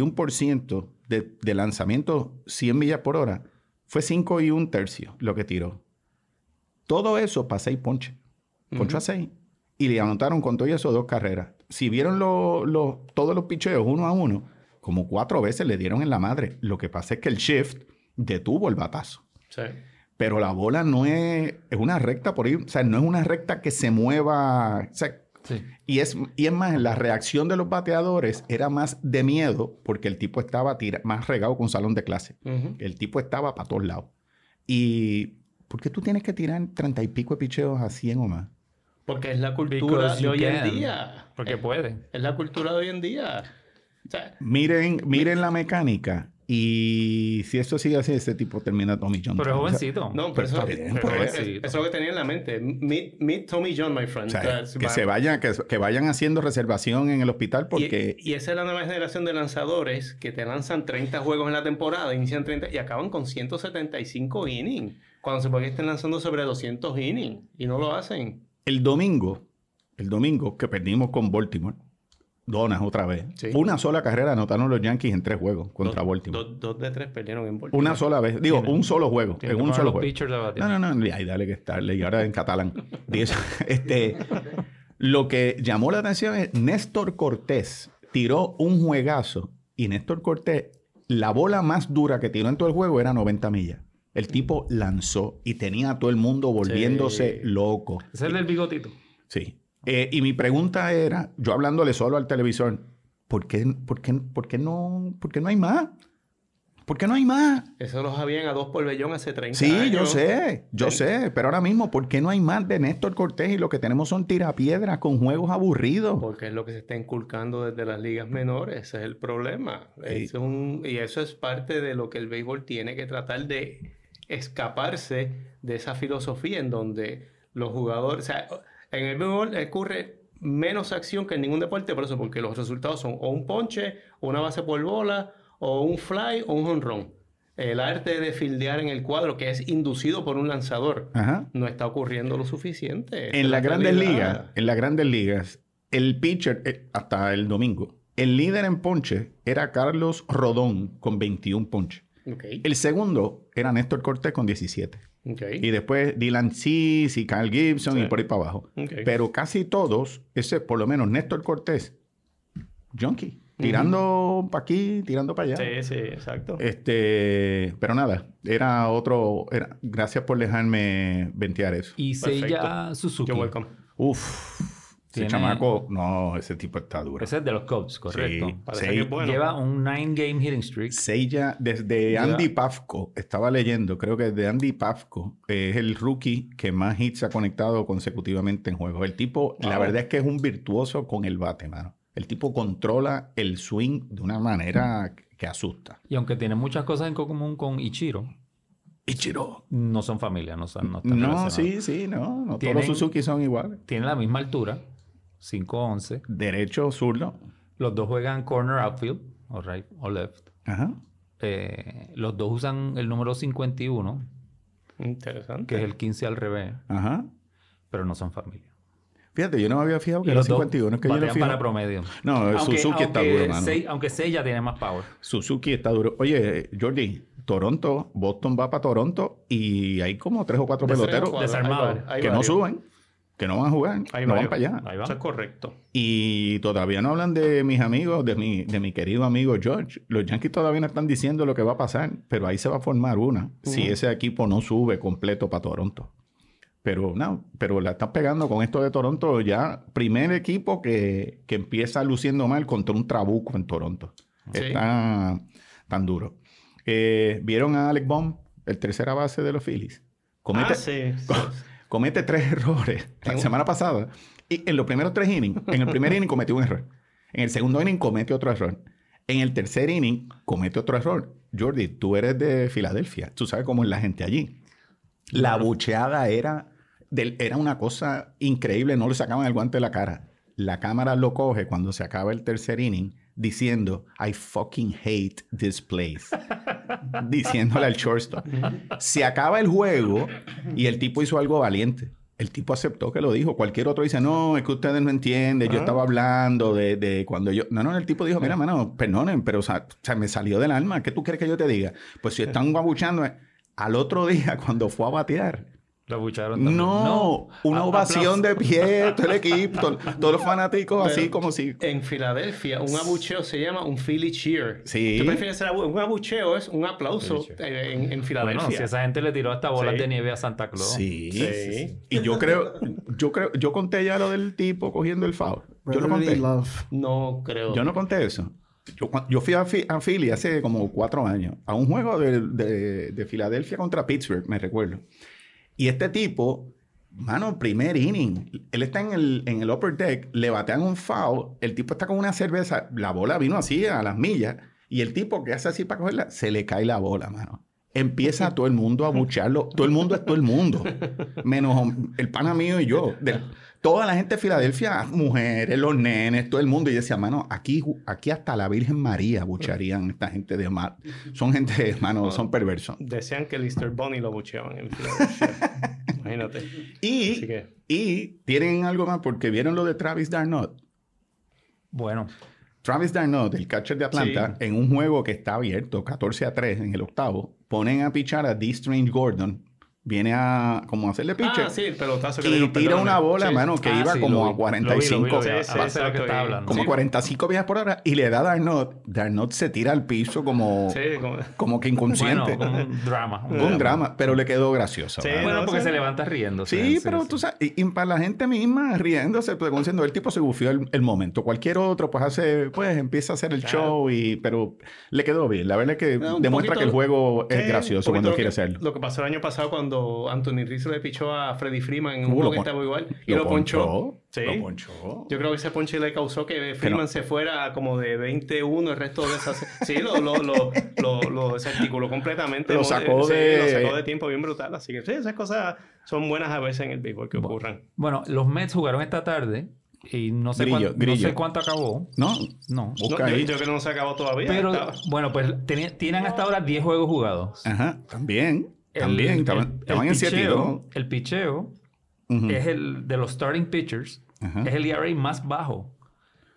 Speaker 2: 51% de, de lanzamiento 100 millas por hora fue 5 y un tercio lo que tiró. Todo eso para 6 ponches. Poncho a 6. Y le anotaron con todo y eso dos carreras. Si vieron lo- lo- todos los picheos uno a uno, como cuatro veces le dieron en la madre. Lo que pasa es que el shift detuvo el batazo
Speaker 3: Sí.
Speaker 2: pero la bola no es, es una recta por ahí, o sea, no es una recta que se mueva, o sea,
Speaker 1: Sí.
Speaker 2: y es, y es más, la reacción de los bateadores era más de miedo porque el tipo estaba tira- más regado con salón de clase,
Speaker 3: Ujú.
Speaker 2: el tipo estaba para todos lados. ¿Y por qué tú tienes que tirar treinta y pico de picheos a 100 o más?
Speaker 3: Porque es la cultura
Speaker 1: Because
Speaker 3: de
Speaker 1: you
Speaker 3: hoy
Speaker 1: can.
Speaker 3: en día.
Speaker 1: Porque
Speaker 2: Eh,
Speaker 3: Es-
Speaker 1: puede.
Speaker 3: Es la cultura de hoy en día. O sea,
Speaker 2: Miren, miren la mecánica y si eso sigue así, este tipo termina Tommy John.
Speaker 1: Pero es
Speaker 2: O sea,
Speaker 1: jovencito.
Speaker 2: Pero
Speaker 3: no, pero, eso,
Speaker 2: está bien,
Speaker 3: pero
Speaker 2: pues.
Speaker 3: es, eso es lo que tenía en la mente. Meet, meet Tommy John, my friend.
Speaker 2: o sea,
Speaker 3: O sea,
Speaker 2: que,
Speaker 3: va-
Speaker 2: se vayan, que, que vayan haciendo reservación en el hospital
Speaker 3: y-
Speaker 2: porque...
Speaker 3: Y, esa es la nueva generación de lanzadores que te lanzan 30 juegos en la temporada, inician 30 y acaban con 175 innings. Cuando se puede que estén lanzando sobre 200 innings y no lo hacen.
Speaker 2: El domingo, el domingo que perdimos con Baltimore, Donas otra vez.
Speaker 3: Sí.
Speaker 2: Una sola carrera anotaron los Yankees en tres juegos contra
Speaker 3: Dos-
Speaker 2: Baltimore.
Speaker 3: Dos, dos de tres perdieron en Baltimore.
Speaker 2: Una sola vez. Digo, un solo juego.
Speaker 1: Tiene
Speaker 2: En
Speaker 1: que
Speaker 2: un
Speaker 1: poner
Speaker 2: solo
Speaker 1: los
Speaker 2: juego.
Speaker 1: pitchers a batear.
Speaker 2: No, no, no. Ay, dale que está. Y ahora en catalán. Diez- este, lo que llamó la atención es Néstor Cortés tiró un juegazo Y Néstor Cortés, la bola más dura que tiró en todo el juego era 90 millas. El tipo lanzó y tenía a todo el mundo volviéndose
Speaker 3: Sí.
Speaker 2: loco.
Speaker 1: Es el del bigotito.
Speaker 2: Sí. Eh, y mi pregunta era, yo hablándole solo al televisor, ¿por qué, por qué, por qué no, por qué no hay más? ¿Por qué no hay más?
Speaker 3: Eso lo sabían a dos por bellón hace 30
Speaker 2: Sí,
Speaker 3: años.
Speaker 2: yo sé, yo sé, pero ahora mismo, ¿por qué no hay más de Néstor Cortés y lo que tenemos son tirapiedras con juegos aburridos?
Speaker 3: Porque es lo que se está inculcando desde las ligas menores, ese es el problema.
Speaker 2: Sí.
Speaker 3: Eso es un- y eso es parte de lo que el béisbol tiene que tratar de escaparse de esa filosofía en donde los jugadores, o sea, en el béisbol ocurre menos acción que en ningún deporte, por eso, porque los resultados son o un ponche, o una base por bola, o un fly, o un honrón. El arte de fildear en el cuadro, que es inducido por un lanzador,
Speaker 2: Ajá.
Speaker 3: no está ocurriendo lo suficiente. Esa es
Speaker 2: Ah. En las grandes
Speaker 3: realidad.
Speaker 2: ligas, en las grandes ligas, el pitcher, eh, hasta el domingo, el líder en ponche era Carlos Rodón con 21 ponches.
Speaker 3: Ok,
Speaker 2: El segundo era Néstor Cortés con 17.
Speaker 3: ok.
Speaker 2: Y después Dylan Cis y Kyle Gibson y
Speaker 3: Sí.
Speaker 2: por ahí para abajo.
Speaker 3: Ok.
Speaker 2: Pero casi todos, ese, por lo menos Néstor Cortés, junkie, tirando para aquí, tirando para allá.
Speaker 3: Sí, sí, exacto.
Speaker 2: Eh, Este, pero nada, era otro. era- gracias por dejarme ventear eso.
Speaker 1: Y
Speaker 3: Perfecto.
Speaker 1: Seiya Suzuki.
Speaker 3: You're welcome.
Speaker 2: Uf, ese
Speaker 1: Tiene-
Speaker 2: chamaco, no, ese tipo está duro.
Speaker 1: Ese es de los Cubs, correcto.
Speaker 2: Sí,
Speaker 3: Parece
Speaker 2: Sei-
Speaker 3: que es bueno.
Speaker 1: Lleva un nine game hitting streak.
Speaker 2: Seiya, desde
Speaker 1: Ya.
Speaker 2: Andy Pafko, estaba leyendo, creo que desde Andy Pafko eh, es el rookie que más hits ha conectado consecutivamente en juegos. El tipo, la
Speaker 3: Wow.
Speaker 2: verdad es que es un virtuoso con el bate, mano. El tipo controla el swing de una manera que asusta.
Speaker 1: Y aunque tiene muchas cosas en común con Ichiro,
Speaker 2: Ichiro.
Speaker 1: no son familia, no, son, no están
Speaker 2: No,
Speaker 1: relacionados.
Speaker 2: sí, sí, no. no todos los
Speaker 1: Tienen-
Speaker 2: Suzuki son iguales.
Speaker 1: Tienen la misma altura, 5'11".
Speaker 2: Derecho, zurdo.
Speaker 1: Los dos juegan corner outfield, o right o left.
Speaker 2: Ajá.
Speaker 1: Eh, los dos usan el número 51, que
Speaker 3: Interesante.
Speaker 1: es el 15 al revés,
Speaker 2: Ajá.
Speaker 1: pero no son familia.
Speaker 2: Fíjate, yo no me había fijado que
Speaker 1: Y
Speaker 2: era
Speaker 1: los dos
Speaker 2: 51. Es que yo
Speaker 1: batean
Speaker 2: lo fijo.
Speaker 1: para promedio.
Speaker 2: No, el Suzuki está duro, mano.
Speaker 1: Sei- aunque Seiya tiene más power.
Speaker 2: Suzuki está duro. Oye, Jordi, Toronto, Boston va para Toronto y hay como tres o cuatro
Speaker 3: De
Speaker 2: peloteros
Speaker 3: tres a cuatro,
Speaker 1: desarmado,
Speaker 3: hay varios, hay
Speaker 2: que no
Speaker 3: varios.
Speaker 2: suben, que no van a jugar,
Speaker 3: Hay
Speaker 2: no van
Speaker 3: varios.
Speaker 2: para allá.
Speaker 1: Ahí va.
Speaker 3: Eso es correcto.
Speaker 2: Y todavía no hablan de mis amigos, de mi, de mi querido amigo George. Los Yankees todavía no están diciendo lo que va a pasar, pero ahí se va a formar una si ese equipo no sube completo para Toronto. Pero no, pero la están pegando con esto de Toronto ya. Primer equipo que, que empieza luciendo mal contra un trabuco en Toronto.
Speaker 3: Sí.
Speaker 2: Está tan duro. Eh, ¿Vieron a Alec Baum, el tercera base de los Phillies? Comete,
Speaker 3: Ah, sí. sí.
Speaker 2: comete tres errores la semana pasada. Y en los primeros tres innings, en el primer inning cometió un error. En el segundo inning comete otro error. En el tercer inning comete otro error. Jordi, tú eres de Filadelfia. Tú sabes cómo es la gente allí. La bucheada era, del- era una cosa increíble. No le sacaban el guante de la cara. La cámara lo coge cuando se acaba el tercer inning diciendo, I fucking hate this place diciéndole al shortstop. Se acaba el juego y el tipo hizo algo valiente. El tipo aceptó que lo dijo. Cualquier otro dice, no, es que ustedes no entienden. Yo estaba hablando de, de cuando yo... No, no, el tipo dijo, mira, mano, perdonen, pero o sea, o sea, me salió del alma. ¿Qué tú quieres que yo te diga? Pues si están abuchando... Al otro día, cuando fue a batear,
Speaker 1: Lo bucharon también.
Speaker 2: no, una
Speaker 1: A-
Speaker 2: ovación
Speaker 1: aplausos.
Speaker 2: de pie, todo el equipo, to- todos los fanáticos, así
Speaker 3: Pero-
Speaker 2: como si...
Speaker 3: En Filadelfia, un abucheo se llama un Philly cheer.
Speaker 2: Sí.
Speaker 3: ¿Tú prefieres hacer abu- un abucheo? Es un aplauso eh, en, en Filadelfia.
Speaker 1: Bueno, si esa gente le tiró hasta bolas
Speaker 3: Sí.
Speaker 1: de nieve a Santa Claus.
Speaker 2: Sí.
Speaker 3: Sí.
Speaker 2: Y yo creo, yo creo, yo conté ya lo del tipo cogiendo el foul. Yo lo
Speaker 4: Brotherly
Speaker 2: conté.
Speaker 4: Love.
Speaker 3: No creo.
Speaker 2: Yo no conté eso. Yo, cuan- yo fui a, Fi- a Philly hace como cuatro años, a un juego de, de- de Filadelfia contra Pittsburgh, me recuerdo. Y este tipo, mano, primer inning, él está en el, en el upper deck, le batean un foul, el tipo está con una cerveza, la bola vino así a las millas, y el tipo que hace así para cogerla, se le cae la bola, mano. Empieza todo el mundo a bucharlo. Todo el mundo es todo el mundo. Menos el pana mío y yo. De- toda la gente de Filadelfia, mujeres, los nenes, todo el mundo. Y yo decía, mano, aquí, ju- aquí hasta la Virgen María bucharían esta gente de mar. Son gente, mano, son perversos.
Speaker 3: Decían que el Easter Bunny lo abucheaban en Filadelfia. Imagínate.
Speaker 2: Y,
Speaker 3: Así que-
Speaker 2: y tienen algo más porque vieron lo de Travis Darnot.
Speaker 1: Bueno,
Speaker 2: Travis Darnot, el catcher de Atlanta, en un juego que está abierto, 14 a 3 en el octavo, ponen a pichar a D. Strange Gordon, viene a como a hacerle pitcher
Speaker 3: Ah, sí, el pelotazo que le
Speaker 2: y
Speaker 3: dieron,
Speaker 2: tira una
Speaker 3: perdóname.
Speaker 2: bola,
Speaker 3: Sí.
Speaker 2: mano, que
Speaker 1: Ah,
Speaker 2: iba
Speaker 1: sí, lo
Speaker 2: como
Speaker 1: vi.
Speaker 2: a
Speaker 1: Lo vi,
Speaker 2: 45
Speaker 1: lo vi, lo vi.
Speaker 3: Sí,
Speaker 1: A base de lo que
Speaker 3: exacto,
Speaker 1: estaba
Speaker 3: y-
Speaker 1: hablando.
Speaker 2: como
Speaker 3: Sí.
Speaker 2: 45 millas por hora y le da a Darnot. Darnot se tira al piso como,
Speaker 3: Sí, como-
Speaker 2: como que
Speaker 1: Bueno,
Speaker 2: inconsciente.
Speaker 1: como un drama.
Speaker 2: un, drama, pero le quedó gracioso.
Speaker 3: Sí,
Speaker 2: ¿verdad?
Speaker 1: Bueno,
Speaker 3: No
Speaker 1: porque
Speaker 3: sé.
Speaker 1: se levanta riendo.
Speaker 2: Sí, pero tú sabes, y, y para la gente misma riéndose, pues, como diciendo, el tipo se bufió el, el momento. Cualquier otro, pues hace, pues empieza a hacer el
Speaker 3: Claro.
Speaker 2: show y, pero le quedó bien. La verdad es que
Speaker 3: Ah, un
Speaker 2: demuestra
Speaker 3: poquito-
Speaker 2: que el juego es
Speaker 3: Sí,
Speaker 2: gracioso
Speaker 3: Eh, un poquito
Speaker 2: cuando
Speaker 3: lo
Speaker 2: quiere
Speaker 3: que-
Speaker 2: hacerlo.
Speaker 3: Lo que pasó el año pasado cuando Anthony Rizzo le pichó a Freddy Freeman en un
Speaker 2: Uh, lo
Speaker 3: juego que
Speaker 2: pon-
Speaker 3: estaba igual y lo, ponchó. Sí.
Speaker 2: Lo ponchó.
Speaker 3: Yo creo que ese ponche le causó que Freeman
Speaker 2: no.
Speaker 3: se fuera como de 21 el resto de esas. Sí, lo, lo, lo, lo, lo desarticuló completamente.
Speaker 2: Lo
Speaker 3: Mo-
Speaker 2: sacó
Speaker 3: sí,
Speaker 2: de-
Speaker 3: lo sacó de tiempo bien brutal. Así que sí, esas cosas son buenas a veces en el béisbol que ocurran.
Speaker 1: Bueno, los Mets jugaron esta tarde y no sé,
Speaker 2: Grillo,
Speaker 1: cuán-
Speaker 2: grillo.
Speaker 1: no sé cuánto acabó.
Speaker 2: No,
Speaker 1: No.
Speaker 3: No,
Speaker 2: busca
Speaker 3: yo,
Speaker 2: ahí.
Speaker 3: yo creo que no se acabó todavía.
Speaker 1: Pero
Speaker 3: estaba-
Speaker 1: bueno, pues teni- tienen hasta ahora 10 juegos jugados.
Speaker 2: Ajá, también.
Speaker 1: El-
Speaker 2: También,
Speaker 1: el-
Speaker 2: estaban,
Speaker 1: el
Speaker 2: estaban en 7 y
Speaker 1: picheo-
Speaker 2: 2.
Speaker 1: El picheo
Speaker 2: Ujú.
Speaker 1: es el de los starting pitchers,
Speaker 2: Ajá.
Speaker 1: es el ERA más bajo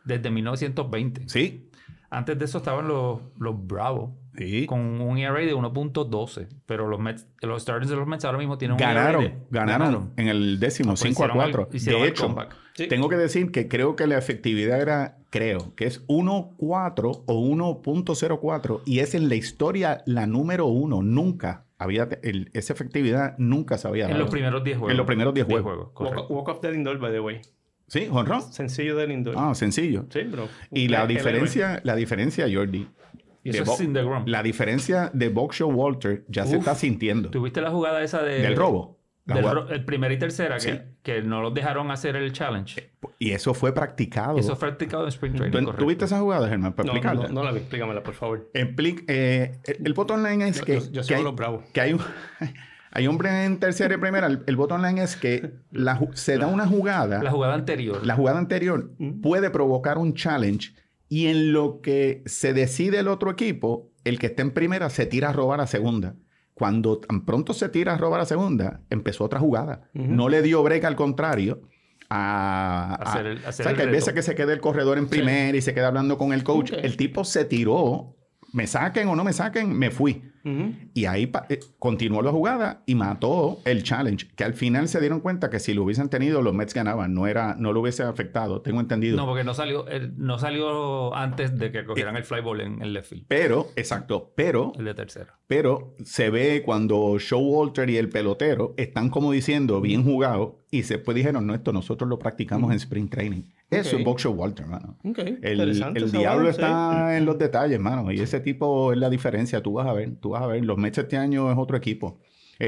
Speaker 1: desde 1920.
Speaker 2: Sí,
Speaker 1: Antes de eso estaban los, los Bravos
Speaker 2: sí.
Speaker 1: con un ERA de 1.12, pero los Mets, los starters de los Mets ahora mismo tienen un
Speaker 2: Ganaron,
Speaker 1: ERA de-
Speaker 2: ganaron, en el décimo,
Speaker 1: pues
Speaker 2: 5 a
Speaker 1: hicieron el-
Speaker 2: 4.
Speaker 1: hicieron
Speaker 2: de
Speaker 1: el
Speaker 2: hecho,
Speaker 1: comeback.
Speaker 3: Sí.
Speaker 2: tengo que decir que creo que la efectividad era, creo, que es 1.4 o 1.04 y es en la historia la número uno. Nunca había, te- el- esa efectividad nunca se había
Speaker 1: en
Speaker 2: dado.
Speaker 1: los primeros 10 juegos.
Speaker 2: En los primeros 10 juegos.
Speaker 1: correcto.
Speaker 3: Walk, walk off del indoor, by the way.
Speaker 2: Sí, honrón.
Speaker 3: Sencillo del indoor.
Speaker 2: Ah, sencillo.
Speaker 3: Sí, bro.
Speaker 2: Y la
Speaker 3: El- el
Speaker 2: diferencia, la diferencia, Jordi.
Speaker 1: Y
Speaker 2: de
Speaker 1: eso es
Speaker 2: Bo-
Speaker 1: sin the ground.
Speaker 2: La diferencia de Boxshow Walter ya se
Speaker 1: Uf.
Speaker 2: está sintiendo.
Speaker 1: ¿Tuviste la jugada esa de-
Speaker 2: Del robo. La
Speaker 1: del
Speaker 2: jugada-
Speaker 1: ro- el primera y tercera,
Speaker 2: Sí.
Speaker 1: que, que no los dejaron hacer el challenge.
Speaker 2: Y eso fue practicado.
Speaker 1: Eso fue practicado en Spring Training.
Speaker 2: ¿Tú- ¿Tú,
Speaker 1: correcto.
Speaker 2: viste esa jugada, Germán? Para
Speaker 3: No,
Speaker 2: explicarla.
Speaker 3: no, no la vi, explícamela, por favor.
Speaker 2: Expli- eh, el el bottom line es
Speaker 3: Yo-
Speaker 2: que,
Speaker 3: yo- yo
Speaker 2: que
Speaker 3: sigo
Speaker 2: hay,
Speaker 3: los bravos.
Speaker 2: que hay, un- hay hombre en tercera y primera. El, el bottom line es que la ju- se da una jugada,
Speaker 1: La
Speaker 2: la,
Speaker 1: jugada anterior.
Speaker 2: jugada anterior puede provocar un challenge y en lo que se decide el otro equipo, el que está en primera se tira a robar a segunda. Cuando tan pronto se tira a robar a segunda, empezó otra jugada. No le dio break al contrario. A, a-
Speaker 1: Hacer el-
Speaker 2: o
Speaker 1: hacer
Speaker 2: sea,
Speaker 1: el
Speaker 2: que hay veces
Speaker 1: reto.
Speaker 2: que se queda el corredor en primera y se queda hablando con el coach.
Speaker 3: Ok.
Speaker 2: El tipo se tiró, me saquen o no me saquen, me fui.
Speaker 3: Ujú.
Speaker 2: Y ahí pa- eh, continuó la jugada y mató el challenge, que al final se dieron cuenta que si lo hubiesen tenido, los Mets ganaban, no, era, no lo hubiese afectado, tengo entendido.
Speaker 1: No, porque no salió, el- no salió antes de que cogieran el fly ball en el left field,
Speaker 2: Pero, exacto, pero,
Speaker 1: el de tercera.
Speaker 2: pero se ve cuando Showalter y el pelotero están como diciendo, bien jugado, y después dijeron, no, esto nosotros lo practicamos en Spring Training. Eso
Speaker 3: Ok.
Speaker 2: es Bob Showalter, mano.
Speaker 3: Ok,
Speaker 2: El,
Speaker 3: interesante
Speaker 2: el
Speaker 3: esa
Speaker 2: diablo
Speaker 3: barra,
Speaker 2: está en los detalles, mano. Y ese tipo es la diferencia. Tú vas a ver, tú vas a ver. Los Mets este año es otro equipo.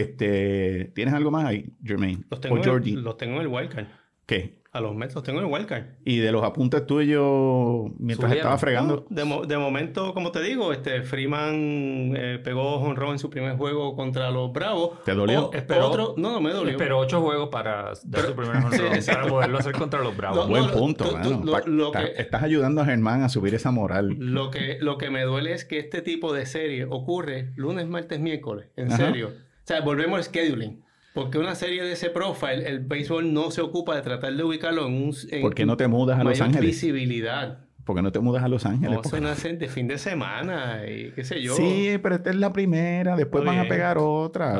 Speaker 2: Este, ¿Tienes algo más ahí, Jermaine?
Speaker 3: Los tengo,
Speaker 2: o Jordi.
Speaker 3: en el, los tengo en el wildcard.
Speaker 2: ¿Qué?
Speaker 3: A los Mets los tengo en el wildcard.
Speaker 2: Y de los apuntes tuyos, mientras
Speaker 1: Subieron.
Speaker 2: estaba fregando.
Speaker 3: De, mo- de momento, como te digo, este Freeman eh, pegó honrón en su primer juego contra los Bravos.
Speaker 2: ¿Te dolió?
Speaker 3: O-
Speaker 1: Esperó.
Speaker 3: otro- no, no me dolió.
Speaker 1: Pero ocho juegos para dar su primer home run, para poderlo hacer contra los Bravos.
Speaker 3: No,
Speaker 2: Buen
Speaker 3: no,
Speaker 2: punto,
Speaker 3: tú- tú-
Speaker 2: mano.
Speaker 3: lo-
Speaker 2: Pa-
Speaker 3: lo
Speaker 2: ta-
Speaker 3: que-
Speaker 2: Estás ayudando a Germán a subir esa moral.
Speaker 3: Lo que, lo que me duele es que este tipo de serie ocurre lunes, martes, miércoles. En
Speaker 2: Ajá.
Speaker 3: serio. O sea, volvemos al scheduling. Porque una serie de ese profile, el béisbol no se ocupa de tratar de ubicarlo en un. En
Speaker 2: ¿Por qué no te mudas a Los
Speaker 3: mayor
Speaker 2: Ángeles?
Speaker 3: visibilidad.
Speaker 2: ¿Por qué no te mudas a Los Ángeles?
Speaker 3: No,
Speaker 2: ¿Por
Speaker 3: eso
Speaker 2: qué?
Speaker 3: es una serie de fin de semana y qué sé yo.
Speaker 2: Sí, pero esta es la primera, después
Speaker 3: Está
Speaker 2: van a
Speaker 3: bien.
Speaker 2: pegar otra.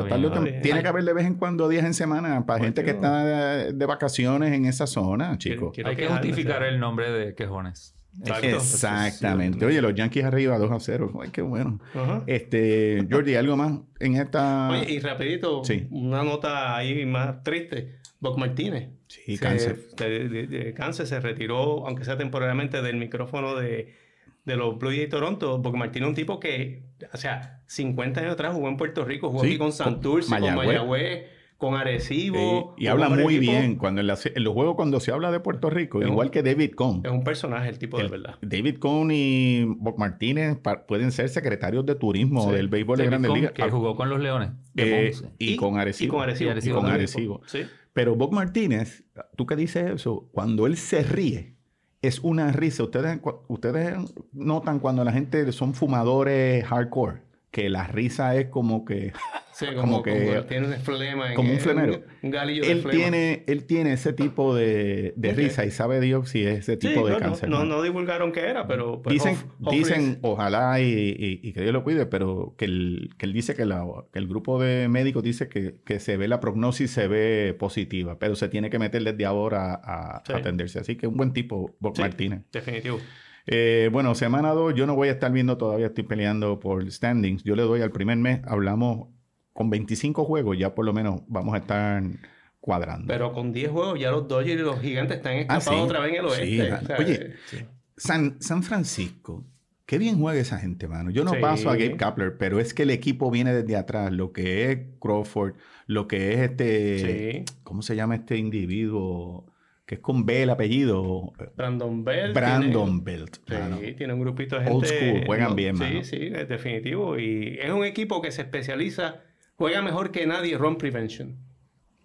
Speaker 1: Está bien,
Speaker 2: Tarde o
Speaker 1: está
Speaker 2: tem-
Speaker 3: bien.
Speaker 2: Tiene que haber de vez en cuando días en semana para gente que
Speaker 3: no?
Speaker 2: está de, de vacaciones en esa zona, chicos.
Speaker 3: quiero
Speaker 1: Hay que
Speaker 3: quejarme,
Speaker 1: justificar
Speaker 3: o sea.
Speaker 1: el nombre de quejones.
Speaker 3: Exacto.
Speaker 2: Exactamente. Oye, los Yankees arriba 2 a 0. Ay, qué bueno.
Speaker 3: Ajá.
Speaker 2: Este, Jordi, ¿algo más en esta?
Speaker 3: Oye, y rapidito,
Speaker 2: Ah. Sí.
Speaker 3: una nota ahí más triste. Bob Martínez.
Speaker 2: Sí,
Speaker 3: Se-
Speaker 2: cáncer.
Speaker 3: De, de- de cáncer se retiró, aunque sea temporalmente, del micrófono de, de los Blue Jays de Toronto. Bob Martínez es un tipo que, o sea, 50 años atrás jugó en Puerto Rico, jugó
Speaker 2: Sí,
Speaker 3: aquí con
Speaker 2: con
Speaker 3: Santurce, con Mayagüez,
Speaker 2: Mayagüez.
Speaker 3: con, Arecibo.
Speaker 2: Sí, y
Speaker 3: jugó
Speaker 2: habla
Speaker 3: con
Speaker 2: muy
Speaker 3: equipos.
Speaker 2: bien. Cuando en, la- en los juegos, cuando se habla de Puerto Rico,
Speaker 3: Es un-
Speaker 2: igual que David Cohn.
Speaker 3: Es un personaje el tipo, de
Speaker 2: el-
Speaker 3: verdad.
Speaker 2: David Cohn y Bob Martínez pa- pueden ser secretarios de turismo
Speaker 3: Sí.
Speaker 2: del béisbol de
Speaker 1: David
Speaker 2: Grandes
Speaker 1: Cohn,
Speaker 2: Ligas.
Speaker 3: Ah.
Speaker 2: Ah,
Speaker 1: que jugó con los Leones. de
Speaker 2: Eh,
Speaker 1: Ponce.
Speaker 2: y, con Arecibo.
Speaker 3: Y con Arecibo.
Speaker 1: Y Arecibo
Speaker 2: Y con
Speaker 1: también.
Speaker 2: Arecibo.
Speaker 3: Sí.
Speaker 2: Pero Bob Martínez, tú que dices eso, cuando él se ríe, es una risa. Ustedes, cu- ustedes notan cuando la gente son fumadores hardcore. que la risa es como que
Speaker 3: Sí, como,
Speaker 2: Ah, Como
Speaker 3: que
Speaker 2: que-
Speaker 3: tiene un flema. en-
Speaker 2: como un flemero.
Speaker 3: Un galillo de
Speaker 2: él
Speaker 3: flema.
Speaker 2: tiene, él tiene ese tipo de, de
Speaker 3: Ok.
Speaker 2: risa y sabe Dios si es ese
Speaker 3: Sí,
Speaker 2: este tipo de
Speaker 3: no, no,
Speaker 2: cáncer.
Speaker 3: No,
Speaker 2: ¿no?
Speaker 3: no divulgaron qué era, pero... pues,
Speaker 2: Dicen,
Speaker 3: Hoff- Hoffman
Speaker 2: dicen ojalá y, y- y que Dios lo cuide, pero que él, que él dice que, la- que el grupo de médicos dice que, que se ve la prognosis, se ve positiva, pero se tiene que meter desde ahora a, a
Speaker 3: Sí.
Speaker 2: atenderse. Así que un buen tipo, Bob
Speaker 3: Sí.
Speaker 2: Martínez.
Speaker 3: Definitivo.
Speaker 2: Eh, bueno, semana 2 yo no voy a estar viendo todavía, estoy peleando por standings. Yo le doy al primer mes, hablamos con 25 juegos, ya por lo menos vamos a estar cuadrando.
Speaker 3: Pero con 10 juegos ya los Dodgers y los Gigantes están escapados
Speaker 2: Ah, sí.
Speaker 3: otra vez en el
Speaker 2: Sí,
Speaker 3: oeste.
Speaker 2: mano.
Speaker 3: o sea,
Speaker 2: Oye, San, San Francisco, qué bien juega esa gente, mano. Yo no
Speaker 3: Sí.
Speaker 2: paso a Gabe Kapler, pero es que el equipo viene desde atrás, lo que es Crawford, lo que es este,
Speaker 3: sí.
Speaker 2: ¿cómo se llama este individuo? Que es con B el apellido,
Speaker 3: Brandon Bell.
Speaker 2: Brandon Belt.
Speaker 3: Tiene,
Speaker 2: mano.
Speaker 3: sí, tiene un grupito de gente.
Speaker 2: Old school, juegan
Speaker 3: no,
Speaker 2: bien,
Speaker 3: Sí,
Speaker 2: mano.
Speaker 3: sí, es definitivo. Y es un equipo que se especializa, juega mejor que nadie run prevention.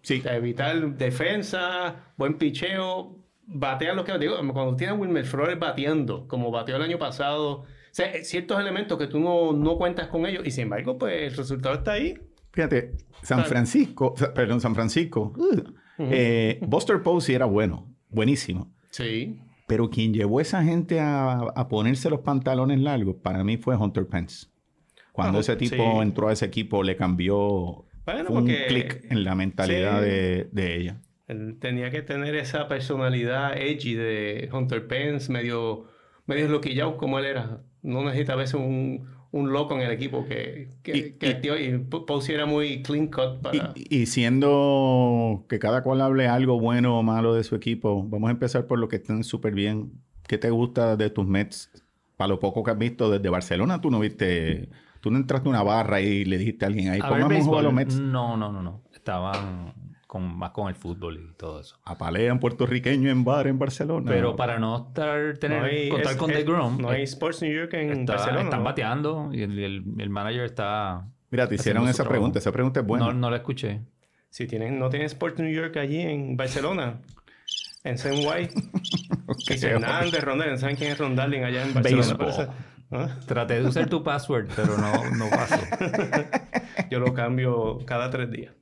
Speaker 2: Sí.
Speaker 3: O sea, evitar defensa, buen picheo, batear los que digo, cuando tiene a Wilmer Flores bateando, como bateó el año pasado, o sea, eh, ciertos elementos que tú no, no cuentas con ellos y sin embargo, pues el resultado está ahí.
Speaker 2: Fíjate, San
Speaker 3: Claro.
Speaker 2: Francisco, sa- perdón, San Francisco. eh, Buster Posey era bueno, buenísimo.
Speaker 3: Sí.
Speaker 2: Pero quien llevó a esa gente a, a ponerse los pantalones largos para mí fue Hunter Pence. Cuando
Speaker 3: Ah,
Speaker 2: ese tipo
Speaker 3: sí.
Speaker 2: entró a ese equipo, le cambió
Speaker 3: Bueno,
Speaker 2: fue un
Speaker 3: porque-
Speaker 2: clic en la mentalidad
Speaker 3: Sí.
Speaker 2: de, de ella.
Speaker 3: Él tenía que tener esa personalidad edgy de Hunter Pence, medio, medio loquillado como él era. No necesita a veces un, un loco en el equipo que, que,
Speaker 2: Y-
Speaker 3: que
Speaker 2: y-
Speaker 3: activa. Y P- Posey era muy clean cut para...
Speaker 2: Y, y siendo que cada cual hable algo bueno o malo de su equipo, vamos a empezar por lo que están súper bien. ¿Qué te gusta de tus Mets? Para lo poco que has visto desde Barcelona, tú no viste, tú no entraste a una barra y le dijiste a alguien ahí,
Speaker 1: A ver,
Speaker 2: pongamos un juego a los
Speaker 1: béisbol. Mm.
Speaker 2: Mets.
Speaker 1: No, no, no, no. Estaban con, más con el fútbol y todo eso.
Speaker 2: Apalean puertorriqueño en bar en Barcelona.
Speaker 1: Pero para no estar tener,
Speaker 3: hay-
Speaker 1: contar
Speaker 3: es-
Speaker 1: con
Speaker 3: es-
Speaker 1: The Grom,
Speaker 3: No hay Sports New York en Barcelona.
Speaker 1: están
Speaker 3: ¿no?
Speaker 1: bateando y el, el- el manager está.
Speaker 2: Mira, te hicieron
Speaker 1: haciendo su
Speaker 2: esa
Speaker 1: trabajo.
Speaker 2: pregunta. Esa pregunta es buena.
Speaker 1: No, no la escuché.
Speaker 3: Si tienen, no tienen Sports New York allí en Barcelona, en Senway. Y Hernández, Rondel, ¿saben quién es Ron Darling allá en Barcelona?
Speaker 2: Béisbol.
Speaker 3: Parece- ¿Ah?
Speaker 1: Traté de usar tu password, pero no, no pasó.
Speaker 3: Yo lo cambio cada tres días.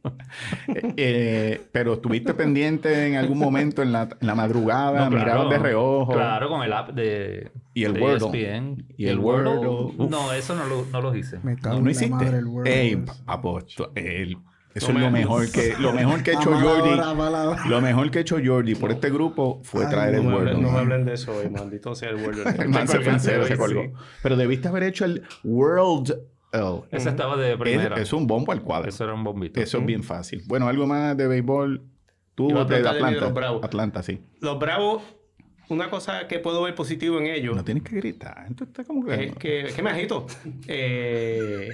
Speaker 2: Eh, pero estuviste pendiente en algún momento en la, en la madrugada,
Speaker 1: No,
Speaker 2: miraron de reojo.
Speaker 1: Claro, con el app de.
Speaker 2: Y el
Speaker 1: de E
Speaker 2: Wordle.
Speaker 1: ESPN.
Speaker 2: Y el Wordle. Uf.
Speaker 1: No, eso no lo, no lo hice.
Speaker 4: Me cago
Speaker 2: No,
Speaker 4: en
Speaker 2: no
Speaker 4: la
Speaker 2: hiciste.
Speaker 4: madre el Word.
Speaker 2: Ey,
Speaker 4: Wars.
Speaker 2: papo, esto- el- eso
Speaker 3: No
Speaker 2: es
Speaker 3: me-
Speaker 2: lo mejor que lo mejor que ha hecho
Speaker 4: A mala
Speaker 2: Jordi.
Speaker 4: hora, a mala hora.
Speaker 2: Lo mejor que ha hecho Jordi por este grupo fue
Speaker 4: Ay,
Speaker 2: traer
Speaker 4: no
Speaker 2: el
Speaker 3: No me,
Speaker 2: Word.
Speaker 3: hablen, no me
Speaker 2: ¿no?
Speaker 3: hablen de eso hoy, maldito sea el World.
Speaker 2: El man se fue en cero, se colgó.
Speaker 3: Sí.
Speaker 2: Pero debiste haber hecho el World L.
Speaker 1: Esa estaba de primera.
Speaker 2: Es, es un bombo al cuadro.
Speaker 1: Eso era un bombito.
Speaker 2: Eso es bien fácil. Bueno, algo más de béisbol. Tú
Speaker 3: Iba a
Speaker 2: de
Speaker 3: preguntarle de los
Speaker 2: Atlanta.
Speaker 3: Bravos.
Speaker 2: Atlanta, sí.
Speaker 3: Los Bravos, una cosa que puedo ver positivo en ellos
Speaker 2: No tienes que gritar. Entonces está como que.
Speaker 3: es que, es que me agito. Eh,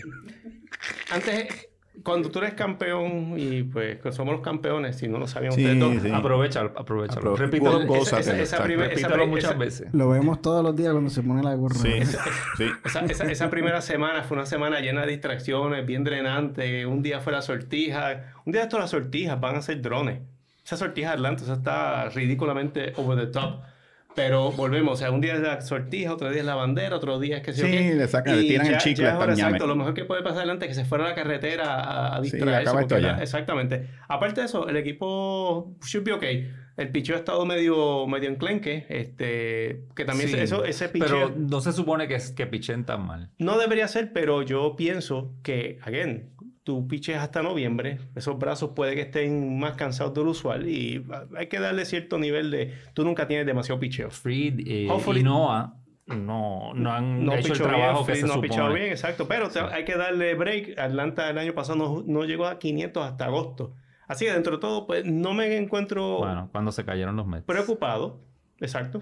Speaker 3: antes, cuando tú eres campeón y pues que somos los campeones, si no lo sabían
Speaker 2: Sí,
Speaker 3: ustedes dos,
Speaker 2: sí.
Speaker 1: Aprovechalo, aprovechalo.
Speaker 2: Apro-
Speaker 1: Repítelo,
Speaker 2: Go-
Speaker 3: esa- esa-
Speaker 2: gózatelo,
Speaker 3: esa
Speaker 2: exacto.
Speaker 3: primer- esa
Speaker 1: repítelo
Speaker 3: pri-
Speaker 1: muchas
Speaker 3: esa-
Speaker 1: veces.
Speaker 4: Lo vemos todos los días cuando se pone la gorra.
Speaker 2: Sí, sí.
Speaker 3: Esa, esa- esa primera semana fue una semana llena de distracciones, bien drenante. Un día fue la sortija. Un día de todas las sortijas van a ser drones. Esa sortija de Atlanta, esa está ridículamente over the top. Pero volvemos, o sea, un día es la sortija, otro día es la bandera, otro día es que se
Speaker 2: Sí, le sacan- le tiran el chicle hasta el ñame.
Speaker 3: Exacto, lo mejor que puede pasar adelante es que se fuera a la carretera a,
Speaker 2: Sí,
Speaker 3: a distraerse.
Speaker 2: acaba esto
Speaker 3: porque
Speaker 2: allá.
Speaker 3: la- exactamente. Aparte de eso, el equipo should be okay. El picheo ha estado medio, medio enclenque, este, que también
Speaker 1: Sí,
Speaker 3: se- eso, ese picheo...
Speaker 1: Pero no se supone que, que pichen tan mal.
Speaker 3: No debería ser, pero yo pienso que, again, tú piches hasta noviembre, esos brazos puede que estén más cansados de lo usual y ah, hay que darle cierto nivel de. Tú nunca tienes demasiado picheo.
Speaker 1: Freed eh,
Speaker 3: Hopefully-
Speaker 1: y Noah no, no han
Speaker 3: No
Speaker 1: Mm, hecho el
Speaker 3: pichó
Speaker 1: trabajo
Speaker 3: bien,
Speaker 1: que
Speaker 3: Fritz
Speaker 1: se
Speaker 3: no ha pichado
Speaker 1: supone.
Speaker 3: bien, exacto. Pero te- hay que darle break. Atlanta el año pasado no, no llegó a 500 hasta agosto. Así que dentro de todo, pues no me encuentro
Speaker 1: Bueno, cuando se cayeron los Mets.
Speaker 3: preocupado. Exacto.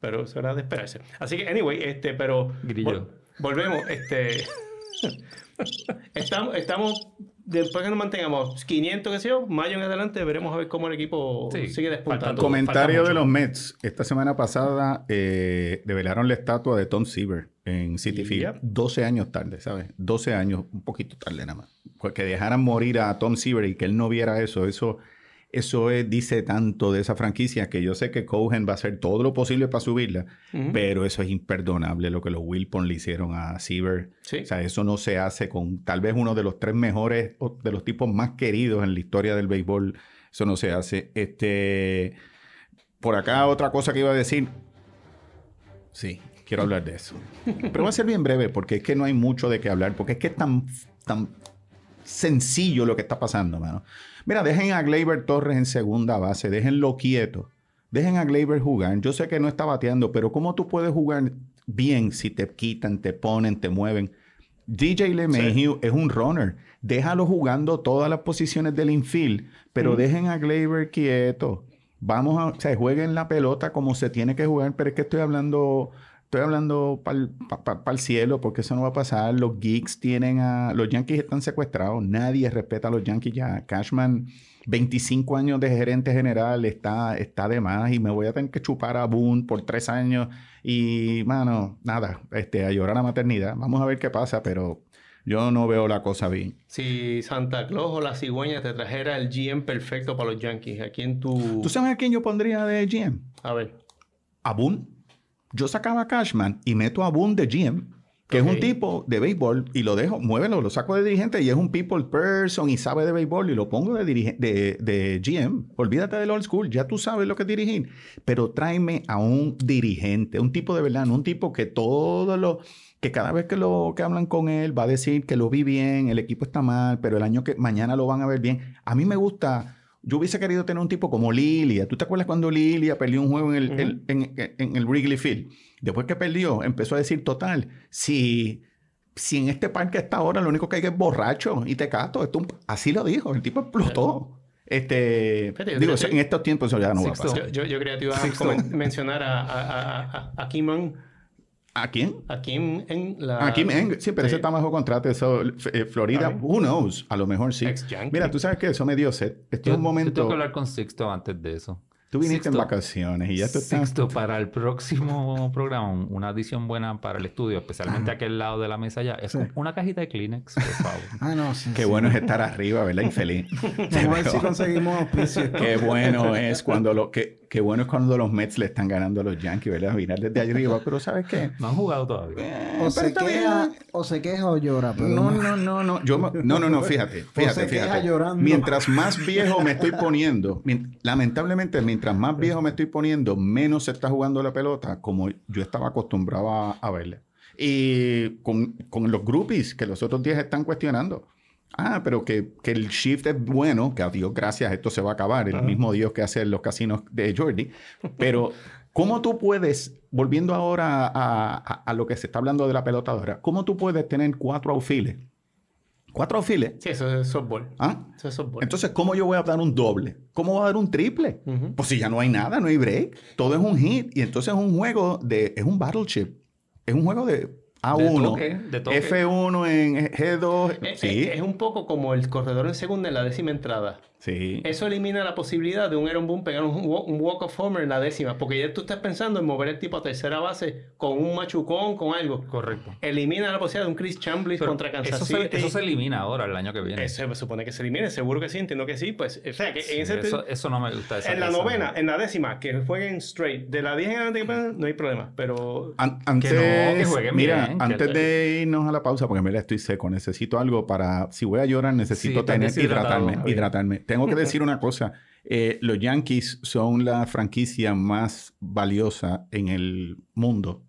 Speaker 3: Pero eso era de esperarse. Así que, anyway, este, pero.
Speaker 1: Grillo.
Speaker 3: vol- volvemos, este. estamos, estamos. Después que nos mantengamos 500, que sé yo, mayo en adelante, veremos a ver cómo el equipo
Speaker 1: Sí,
Speaker 3: sigue despuntando.
Speaker 1: falta
Speaker 2: Comentario
Speaker 1: mucho.
Speaker 2: de los Mets. Esta semana pasada eh, develaron la estatua de Tom Seaver en City Field.
Speaker 3: Yep.
Speaker 2: 12 años tarde, ¿sabes? 12 Pues años, un poquito tarde nada más. Que dejaran morir a Tom Seaver y que él no viera eso, eso Eso es- dice tanto de esa franquicia que yo sé que Cohen va a hacer todo lo posible para subirla,
Speaker 3: Ujú.
Speaker 2: pero eso es imperdonable lo que los Wilpon le hicieron a Siever.
Speaker 3: Sí.
Speaker 2: O sea, eso no se hace con tal vez uno de los tres mejores, o de los tipos más queridos en la historia del béisbol. Eso no se hace. Este, por acá otra cosa que iba a decir. Sí, quiero hablar de eso. Pero va a ser bien breve porque es que no hay mucho de qué hablar, porque es que es tan, tan sencillo lo que está pasando, mano. Mira, dejen a Gleyber Torres en segunda base, déjenlo quieto. Dejen a Gleyber jugar. Yo sé que no está bateando, pero ¿cómo tú puedes jugar bien si te quitan, te ponen, te mueven? DJ LeMahieu es un runner. Déjalo jugando todas las posiciones del infield, pero dejen a Gleyber quieto. Vamos a, o sea, jueguen la pelota como se tiene que jugar, pero es que estoy hablando, estoy hablando para el cielo porque eso no va a pasar. Los geeks tienen a, los Yankees están secuestrados. Nadie respeta a los Yankees ya. Cashman, 25 años de gerente general, está, está de más y me voy a tener que chupar a Boone por tres años y, mano, nada, este, a llorar a maternidad. Vamos a ver qué pasa, pero yo no veo la cosa bien.
Speaker 3: Si Santa Claus o la cigüeña te trajera el GM perfecto para los Yankees, ¿a quién tú...?
Speaker 2: ¿Tú sabes a quién yo pondría de GM?
Speaker 3: A ver.
Speaker 2: a Boone. Yo sacaba a Cashman y meto a Boone de GM, que es
Speaker 3: Ok.
Speaker 2: un tipo de béisbol, y lo dejo, muévelo, lo saco de dirigente y es un people person y sabe de béisbol y lo pongo de, dirige- de, de GM. Olvídate del old school, ya tú sabes lo que es dirigir, pero tráeme a un dirigente, un tipo de verdad, no un tipo que todo lo que cada vez que lo que hablan con él va a decir que lo vi bien, el equipo está mal, pero el año que mañana lo van a ver bien. A mí me gusta yo hubiese querido tener un tipo como Lilia. ¿Tú te acuerdas cuando Lilia perdió un juego en el, el- en, en el Wrigley Field? Después que perdió, empezó a decir, total, si, si en este parque hasta ahora lo único que hay es borracho y tecato. Esto es un- Así lo dijo, el tipo explotó. Este,
Speaker 3: Fíjate, yo
Speaker 2: digo,
Speaker 3: creo
Speaker 2: eso-
Speaker 3: que-
Speaker 2: en estos tiempos eso ya no va a
Speaker 3: Sixto,
Speaker 2: pasar.
Speaker 3: yo, yo, yo creía que te ibas a
Speaker 2: Sixto.
Speaker 3: comen- mencionar a, a, a, a- a Kiman.
Speaker 2: ¿A quién?
Speaker 3: A Kim en la...
Speaker 2: Aquí me sí, pero
Speaker 3: Ah, Sí.
Speaker 2: ese está bajo contrato. Eso, eh, Florida,
Speaker 3: Está
Speaker 2: who knows? A lo mejor sí.
Speaker 3: Ex Yankee.
Speaker 2: Mira, tú sabes que eso me dio sed. Esto
Speaker 1: Yo, yo
Speaker 2: es un
Speaker 1: tengo
Speaker 2: momento.
Speaker 1: que hablar con Sixto antes de eso.
Speaker 2: Tú viniste en
Speaker 1: Sixto.
Speaker 2: vacaciones y ya tú estás.
Speaker 1: Sixto, para el próximo programa, un- una adición buena para el estudio, especialmente aquel lado de la mesa allá, es
Speaker 4: Sí.
Speaker 1: una cajita de Kleenex, por favor.
Speaker 4: Ah, no, sí.
Speaker 2: Qué
Speaker 4: sí.
Speaker 2: bueno es estar arriba, ¿verdad? Infeliz.
Speaker 4: Vamos a ver si conseguimos auspicio.
Speaker 2: Qué bueno es cuando lo, qué, qué bueno es cuando los Mets le están ganando a los Yankees, ¿verdad? Mirar desde allá arriba, pero ¿sabes qué?
Speaker 1: No han jugado todavía.
Speaker 2: Eh,
Speaker 4: O
Speaker 2: pero
Speaker 4: se,
Speaker 2: está
Speaker 4: queja,
Speaker 2: bien.
Speaker 4: o se queja o llora, pero
Speaker 2: No, no, no, no. Yo, me- no, no, no, fíjate, fíjate,
Speaker 4: se queja
Speaker 2: fíjate.
Speaker 4: llorando.
Speaker 2: Mientras más viejo me estoy poniendo, mien- lamentablemente, mientras más viejo me estoy poniendo, menos se está jugando la pelota como yo estaba acostumbrado a, a verla. Y con, con los groupies que los otros días están cuestionando. Ah, pero que, que el shift es bueno, que a Dios gracias, esto se va a acabar, el mismo Dios que hace los casinos de Jordi. Pero, ¿cómo tú puedes, volviendo ahora a, a- a lo que se está hablando de la pelota ahora, cómo tú puedes tener cuatro aufiles? Cuatro aufiles.
Speaker 3: Sí, eso es softball.
Speaker 2: ¿Ah?
Speaker 3: Eso es softball.
Speaker 2: Entonces, ¿cómo yo voy a dar un doble? ¿Cómo voy a dar un triple?
Speaker 3: Ujú.
Speaker 2: Pues si ya no hay nada, no hay break. Todo es un hit. Y entonces es un juego de. Es un battleship. Es un juego de A1.
Speaker 1: toque, de toque.
Speaker 2: F1 en G2.
Speaker 3: Eh, eh,
Speaker 2: sí.
Speaker 3: Es, un poco como el corredor en segunda en la décima entrada.
Speaker 2: sí.
Speaker 3: Eso elimina la posibilidad de un Aaron Boone pegar un, wa- un walk of homer en la décima, porque ya tú estás pensando en mover el tipo a tercera base con un machucón, con algo.
Speaker 1: Correcto.
Speaker 3: Elimina la posibilidad de un Chris Chambliss
Speaker 1: Pero
Speaker 3: contra Kansas
Speaker 1: eso,
Speaker 3: City.
Speaker 1: se, eso se elimina ahora el año que viene.
Speaker 3: Eh, se supone que se elimine, seguro que sí, entiendo que sí. Pues, o sea, que
Speaker 1: Sí,
Speaker 3: en, ese-
Speaker 1: eso, eso no me gusta. esa-
Speaker 3: en la
Speaker 1: esa-
Speaker 3: novena, en la décima, que jueguen straight. De la 10 en adelante, no hay problema, pero
Speaker 2: An-
Speaker 1: Que
Speaker 2: antes,
Speaker 1: no, que jueguen
Speaker 2: mira,
Speaker 1: bien, que-
Speaker 2: antes de irnos a la pausa, porque mira, estoy seco, necesito algo para, si voy a llorar, necesito
Speaker 1: Sí, estás
Speaker 2: tener,
Speaker 1: deshidratado,
Speaker 2: hidratarme,
Speaker 1: Javier.
Speaker 2: hidratarme. Tengo que decir una cosa, eh, los Yankees son la franquicia más valiosa en el mundo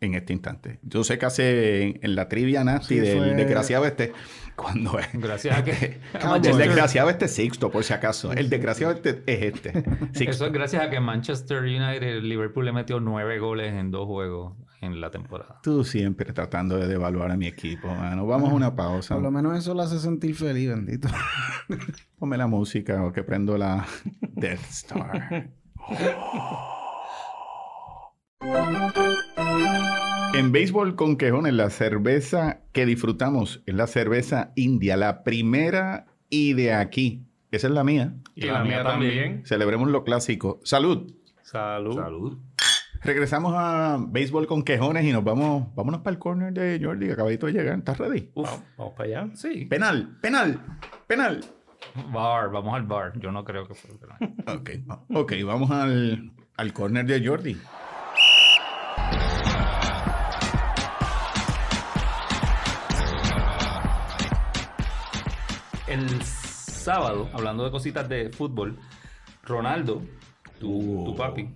Speaker 2: en este instante. Yo sé que hace en, en la trivia nasty
Speaker 4: Sí,
Speaker 2: del
Speaker 4: fue-
Speaker 2: desgraciado este, cuando es...
Speaker 1: Gracias a que. a
Speaker 4: Cowboys.
Speaker 2: El
Speaker 1: Manchester-
Speaker 2: desgraciado este es Sixto, por si acaso. El desgraciado este es este. Sixto.
Speaker 1: eso es gracias a que Manchester United, Liverpool le metió nueve goles en dos juegos en la temporada.
Speaker 2: Tú siempre tratando de devaluar a mi equipo, mano. Vamos a una pausa.
Speaker 4: Por lo menos eso lo hace sentir feliz, bendito.
Speaker 2: Ponme la música o que prendo la Death Star. En Béisbol con Quejones, la cerveza que disfrutamos es la cerveza india, la primera y de aquí. Esa es la mía.
Speaker 1: Y la mía también.
Speaker 2: Celebremos lo clásico. Salud.
Speaker 3: Salud.
Speaker 1: Salud.
Speaker 2: Regresamos a Béisbol con Quejones y nos vamos. Vámonos para el corner de Jordi, que acabadito de llegar. ¿Estás ready?
Speaker 1: Uf.
Speaker 3: Vamos para allá.
Speaker 1: Sí.
Speaker 2: Penal, penal, penal.
Speaker 1: Bar, vamos al bar. Yo no creo que fue. pero-
Speaker 2: Ok, ok, vamos al, al corner de Jordi.
Speaker 1: El sábado, hablando de cositas de fútbol, Ronaldo, tu, tu papi,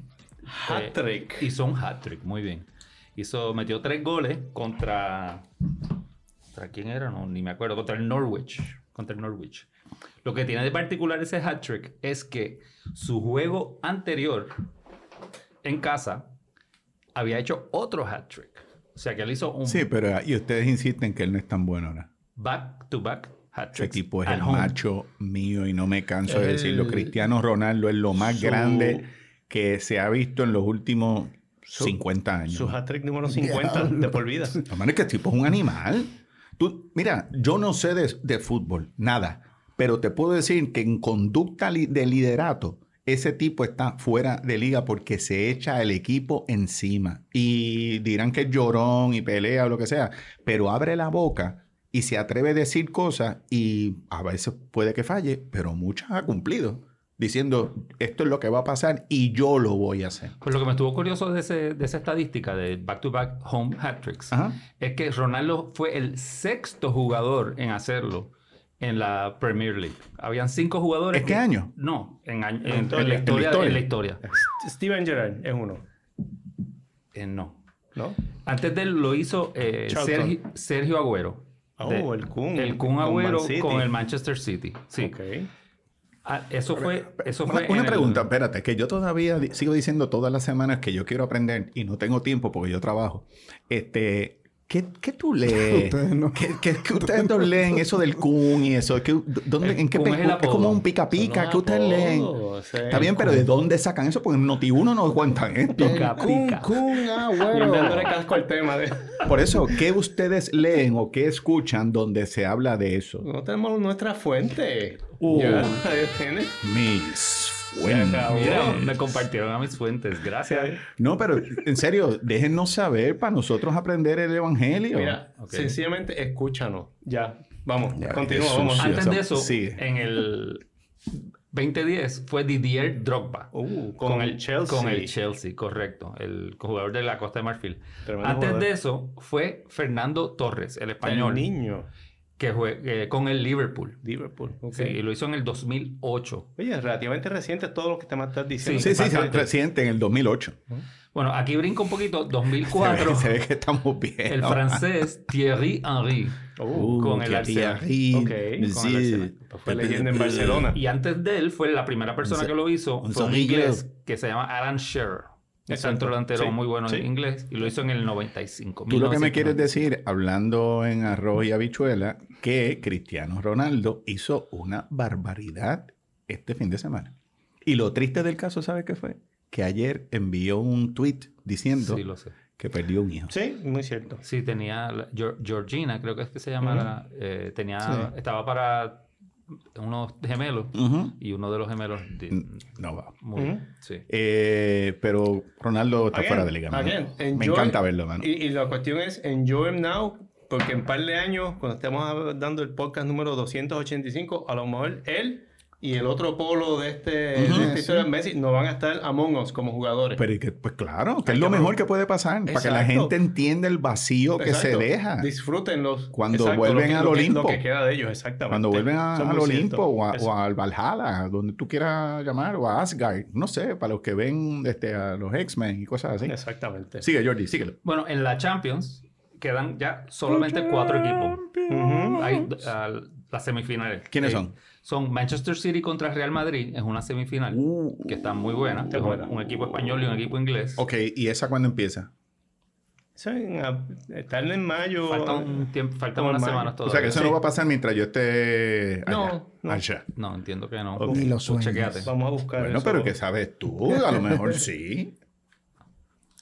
Speaker 3: Hat-trick.
Speaker 1: eh, hizo un hat-trick, muy bien. Hizo, metió tres goles contra... ¿Contra quién era? No, ni me acuerdo. Contra el Norwich. Contra el Norwich. Lo que tiene de particular ese hat-trick es que su juego anterior en casa había hecho otro hat-trick. O sea, que él hizo un
Speaker 2: Sí, pero ah, y ustedes insisten que él no es tan bueno ahora.
Speaker 1: back-to-back
Speaker 2: Ese
Speaker 1: hat-trick.
Speaker 2: tipo es
Speaker 1: at
Speaker 2: el
Speaker 1: home.
Speaker 2: macho mío y no me canso de
Speaker 3: El-
Speaker 2: decirlo. Cristiano Ronaldo es lo más
Speaker 3: Su-
Speaker 2: grande que se ha visto en los últimos 50 años.
Speaker 3: Su hat-trick número 50, de por vida.
Speaker 2: No, mano, es que el tipo es un animal. Tú, mira, yo no sé de, de fútbol, nada. Pero te puedo decir que en conducta li- de liderato, ese tipo está fuera de liga porque se echa el equipo encima. Y dirán que es llorón y pelea o lo que sea. Pero abre la boca y se atreve a decir cosas y a veces puede que falle, pero muchas ha cumplido. Diciendo, esto es lo que va a pasar y yo lo voy a hacer.
Speaker 1: Pues lo que me estuvo curioso de, ese- de esa estadística de back-to-back home hat-tricks
Speaker 2: Ajá.
Speaker 1: es que Ronaldo fue el sexto jugador en hacerlo en la Premier League. Habían cinco jugadores.
Speaker 2: ¿Este
Speaker 1: que-
Speaker 2: año?
Speaker 1: No, en, año- en-
Speaker 3: En
Speaker 1: en
Speaker 3: historia.
Speaker 1: la historia.
Speaker 2: En la
Speaker 1: En la historia.
Speaker 3: Steven Gerrard es uno,
Speaker 1: Eh, no.
Speaker 3: ¿no?
Speaker 1: Antes de él lo hizo eh,
Speaker 3: Charlton.
Speaker 1: Sergi- Sergio, Agüero.
Speaker 3: Oh,
Speaker 1: De-
Speaker 3: el Kun.
Speaker 1: El Kun
Speaker 3: Con Man
Speaker 1: Agüero con,
Speaker 3: City.
Speaker 1: el Manchester City. Sí.
Speaker 3: Ok.
Speaker 1: Ah, eso fue. Eso
Speaker 2: Una,
Speaker 1: fue
Speaker 2: una
Speaker 1: en el-
Speaker 2: pregunta, espérate, que yo todavía di- sigo diciendo todas las semanas que yo quiero aprender y no tengo tiempo porque yo trabajo. Este, ¿qué, qué tú lees?
Speaker 4: Ustedes no.
Speaker 2: ¿Qué, qué- qué ustedes no leen eso del Kun y eso? ¿Qué- dónde,
Speaker 1: El
Speaker 2: ¿En qué
Speaker 1: Kun
Speaker 2: pe-
Speaker 1: es el
Speaker 2: es,
Speaker 1: apodo.
Speaker 2: como un
Speaker 3: Son
Speaker 2: pica-pica?
Speaker 3: los
Speaker 2: ¿Qué ustedes leen?
Speaker 3: apodos, sí.
Speaker 2: Está bien, pero ¿de dónde sacan eso? Porque en Noti1 no cuentan esto.
Speaker 1: Pica, pica.
Speaker 4: Kun,
Speaker 3: Y
Speaker 4: agüero.
Speaker 3: dándole casco al tema de...
Speaker 2: Por eso, ¿qué ustedes leen o qué escuchan donde se habla de eso?
Speaker 3: No tenemos nuestra fuente.
Speaker 2: Uh.
Speaker 3: Ya, ahí tiene.
Speaker 2: Mis
Speaker 3: Se acabó.
Speaker 1: Mira, me compartieron a mis fuentes. Gracias.
Speaker 2: No, pero en serio, déjennos saber para nosotros aprender el evangelio.
Speaker 3: Mira,
Speaker 1: Ok.
Speaker 3: sencillamente escúchanos. Ya, vamos,
Speaker 2: Ya,
Speaker 3: continuamos.
Speaker 2: Jesús.
Speaker 3: vamos.
Speaker 2: Sí,
Speaker 1: Antes
Speaker 2: eso-
Speaker 1: de eso,
Speaker 2: sí.
Speaker 1: en el 2010 fue Didier Drogba.
Speaker 3: Uh, con, el Chelsea.
Speaker 1: Con el Chelsea, correcto. El jugador de la Costa de Marfil.
Speaker 3: Tremendo
Speaker 1: Antes
Speaker 3: jugador.
Speaker 1: de eso fue Fernando Torres, el
Speaker 3: El
Speaker 1: español,
Speaker 3: niño.
Speaker 1: que jue- eh, con el Liverpool.
Speaker 3: Liverpool. ok.
Speaker 1: Sí, y lo hizo en el 2008.
Speaker 3: Oye, relativamente reciente todo lo que te me estás diciendo.
Speaker 2: Sí, sí, sí,
Speaker 1: Bastante.
Speaker 2: reciente, en el 2008.
Speaker 1: Bueno, aquí brinco un poquito.
Speaker 2: se,
Speaker 1: 2004,
Speaker 2: ve, se ve que estamos bien.
Speaker 1: el francés Thierry Henry.
Speaker 3: Uh,
Speaker 1: con el Arsenal.
Speaker 3: Ok, con el Arsenal. Fue leyenda en Barcelona.
Speaker 1: Y antes de él fue la primera persona
Speaker 2: Un
Speaker 1: que lo hizo.
Speaker 2: un
Speaker 1: Fue un
Speaker 2: zorrillo.
Speaker 1: inglés que se llama Alan Shearer. Un
Speaker 3: Exacto.
Speaker 1: centro delantero
Speaker 3: Sí,
Speaker 1: muy bueno
Speaker 3: sí.
Speaker 1: en inglés. Y lo hizo en el 95.
Speaker 2: Tú lo que me quieres
Speaker 1: 1995.
Speaker 2: decir, hablando en arroz y habichuela, que Cristiano Ronaldo hizo una barbaridad este fin de semana. Y lo triste del caso, ¿sabes qué fue? Que ayer envió un tweet diciendo
Speaker 1: Sí, lo sé.
Speaker 2: que perdió un hijo.
Speaker 3: Sí, muy cierto.
Speaker 1: Sí, tenía la- Geor- Georgina, creo que es que se llama.
Speaker 3: Ujú.
Speaker 1: la- eh, tenía,
Speaker 2: Sí.
Speaker 1: estaba para unos gemelos
Speaker 2: Ujú.
Speaker 1: y uno de los gemelos di-
Speaker 2: Mm. No va.
Speaker 1: murió.
Speaker 3: Ujú.
Speaker 1: Sí.
Speaker 2: Eh, pero Ronaldo está
Speaker 3: Again,
Speaker 2: fuera de liga. mano.
Speaker 3: again,
Speaker 2: Me
Speaker 3: enjoy-
Speaker 2: encanta verlo, mano.
Speaker 3: Y, y la cuestión es, enjoy him now, porque en un par de años, cuando estemos dando el podcast número 285, a lo mejor él y el otro polo de, este, de
Speaker 2: Ujú,
Speaker 3: esta
Speaker 4: sí.
Speaker 3: historia, Messi, no van a estar among us como jugadores.
Speaker 2: Pero y que, pues claro, que
Speaker 3: Hay
Speaker 2: es lo
Speaker 3: que-
Speaker 2: mejor que puede pasar, para que la
Speaker 3: Exacto.
Speaker 2: gente entienda el vacío que se
Speaker 3: Exacto.
Speaker 2: deja.
Speaker 3: Disfrútenlos.
Speaker 2: Cuando vuelven
Speaker 3: que-
Speaker 2: al
Speaker 3: que-
Speaker 2: Olimpo.
Speaker 3: Lo que queda de ellos, exactamente.
Speaker 2: Cuando vuelven a-
Speaker 3: Son muy
Speaker 2: al Olimpo
Speaker 3: ciertos.
Speaker 2: o, a-
Speaker 3: Eso.
Speaker 2: o al Valhalla, donde tú quieras llamar, o a Asgard, no sé, para los que ven este, a los X-Men y cosas así.
Speaker 3: Exactamente.
Speaker 2: Sigue, Jordi, síguelo.
Speaker 1: Bueno, en la Champions quedan ya solamente cuatro equipos.
Speaker 3: Ujú.
Speaker 1: Hay ah, las semifinales.
Speaker 2: ¿Quiénes
Speaker 1: Eh,
Speaker 2: son?
Speaker 1: Son Manchester City contra Real Madrid, es una semifinal
Speaker 2: Uh,
Speaker 1: que está muy buena.
Speaker 3: Está
Speaker 1: Es un-
Speaker 3: buena.
Speaker 1: Un, equipo español y un equipo inglés.
Speaker 2: ok, ¿y esa cuándo empieza?
Speaker 3: Eso en, a- están en mayo.
Speaker 1: Falta un tiempo, faltan
Speaker 3: Normal.
Speaker 1: unas semanas
Speaker 2: o
Speaker 1: todavía.
Speaker 2: sea, que eso
Speaker 3: sí.
Speaker 2: no va a pasar mientras yo esté allá.
Speaker 3: No, no.
Speaker 2: allá.
Speaker 1: No, entiendo que no.
Speaker 4: Ni lo
Speaker 1: Pues
Speaker 4: sueñes.
Speaker 1: chequéate.
Speaker 3: Vamos a buscar
Speaker 2: Bueno,
Speaker 3: eso.
Speaker 2: pero que sabes tú, a lo mejor sí.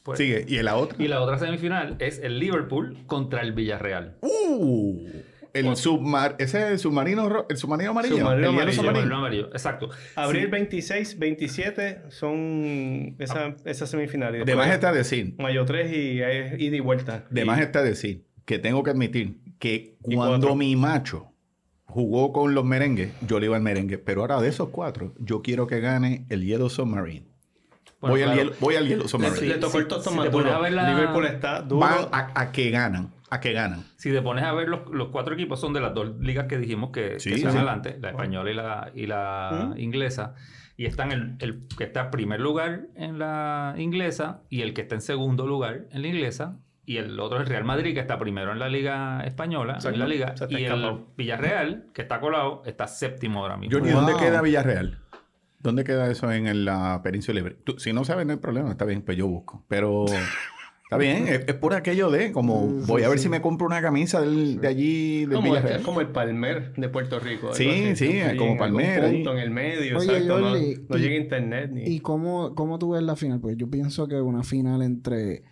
Speaker 1: Pues-
Speaker 2: Sigue, ¿y la otra?
Speaker 1: Y la otra semifinal es el Liverpool contra el Villarreal.
Speaker 2: Uh, el submar, ese es el submarino, ro- el submarino amarillo,
Speaker 3: Submarino
Speaker 2: el hielo
Speaker 3: amarillo.
Speaker 1: Amarillo,
Speaker 2: submarino.
Speaker 1: no amarillo, exacto.
Speaker 3: Abril 26, 27 son esa- esas semifinales.
Speaker 2: Ah.
Speaker 3: Pues,
Speaker 2: De más está decir,
Speaker 3: Mayo 3 y es ida y vuelta.
Speaker 2: de
Speaker 3: Y-
Speaker 2: más está decir que tengo que admitir que
Speaker 3: Y
Speaker 2: cuando
Speaker 3: cuatro.
Speaker 2: mi macho jugó con los merengues, yo le iba al merengue. Pero ahora de esos cuatro, yo quiero que gane el Yellow Submarine.
Speaker 1: Bueno,
Speaker 2: voy,
Speaker 1: claro.
Speaker 2: al hielo, voy al Yellow
Speaker 3: Le,
Speaker 2: Submarine.
Speaker 3: le tocó
Speaker 1: sí,
Speaker 3: el tostón
Speaker 1: sí,
Speaker 3: más
Speaker 1: te
Speaker 3: duro.
Speaker 1: pones a ver la-
Speaker 3: Liverpool está duro.
Speaker 2: Van a, a que ganan, a que ganan.
Speaker 1: Si te pones a ver, los, los cuatro equipos son de las dos ligas que dijimos que,
Speaker 2: Sí,
Speaker 1: que están
Speaker 2: sí.
Speaker 1: adelante, la española y la, y la inglesa. Y están el, el que está en primer lugar en la inglesa y el que está en segundo lugar en la inglesa. Y el otro es el Real Madrid, que está primero en la liga española,
Speaker 3: Exacto.
Speaker 1: en la liga.
Speaker 3: Se te
Speaker 1: Y el
Speaker 3: escapó.
Speaker 1: Villarreal, que está colado, está séptimo ahora mismo.
Speaker 2: Johnny,
Speaker 4: Wow.
Speaker 2: ¿dónde queda Villarreal? ¿Dónde queda eso en el- la península libre? Tú- si no saben no hay problema, está bien, pues yo busco. Pero está bien, es, es por aquello de como
Speaker 4: Sí,
Speaker 2: voy a
Speaker 4: sí,
Speaker 2: ver
Speaker 4: sí.
Speaker 2: si me compro una camisa del- de allí, del
Speaker 3: Como,
Speaker 2: Villarreal.
Speaker 3: es como el Palmer de Puerto Rico. algo
Speaker 2: Sí,
Speaker 3: así,
Speaker 2: sí,
Speaker 3: siempre
Speaker 2: como
Speaker 3: en algún
Speaker 2: Palmer,
Speaker 3: punto
Speaker 2: ahí.
Speaker 3: en el medio,
Speaker 4: Oye,
Speaker 3: exacto. No,
Speaker 4: Jordi,
Speaker 3: no
Speaker 4: y-
Speaker 3: llega internet ni.
Speaker 4: ¿Y cómo, cómo tú ves la final? Pues yo pienso que una final entre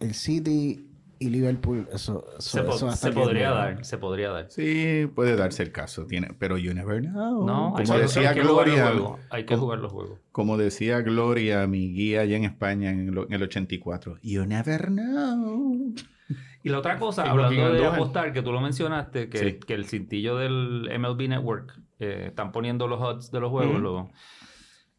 Speaker 4: el City y Liverpool, eso, eso,
Speaker 1: se, po-
Speaker 4: eso va a
Speaker 1: se
Speaker 4: estar bien
Speaker 1: podría
Speaker 4: bueno.
Speaker 1: dar, se podría dar.
Speaker 2: Sí, puede darse el caso, tiene, pero you never know.
Speaker 1: No, hay
Speaker 2: como
Speaker 1: que-
Speaker 2: decía
Speaker 1: hay que jugar los
Speaker 2: Gloria,
Speaker 1: juegos, hay que jugar los juegos.
Speaker 2: como decía Gloria, mi guía allá en España en, lo- en el 84. You never know.
Speaker 1: Y la otra cosa,
Speaker 3: Y Joaquín
Speaker 1: hablando de
Speaker 3: Andújar.
Speaker 1: apostar, que tú lo mencionaste, que,
Speaker 2: Sí.
Speaker 1: que el cintillo del MLB Network eh, están poniendo los odds de los juegos,
Speaker 3: Ujú.
Speaker 1: los,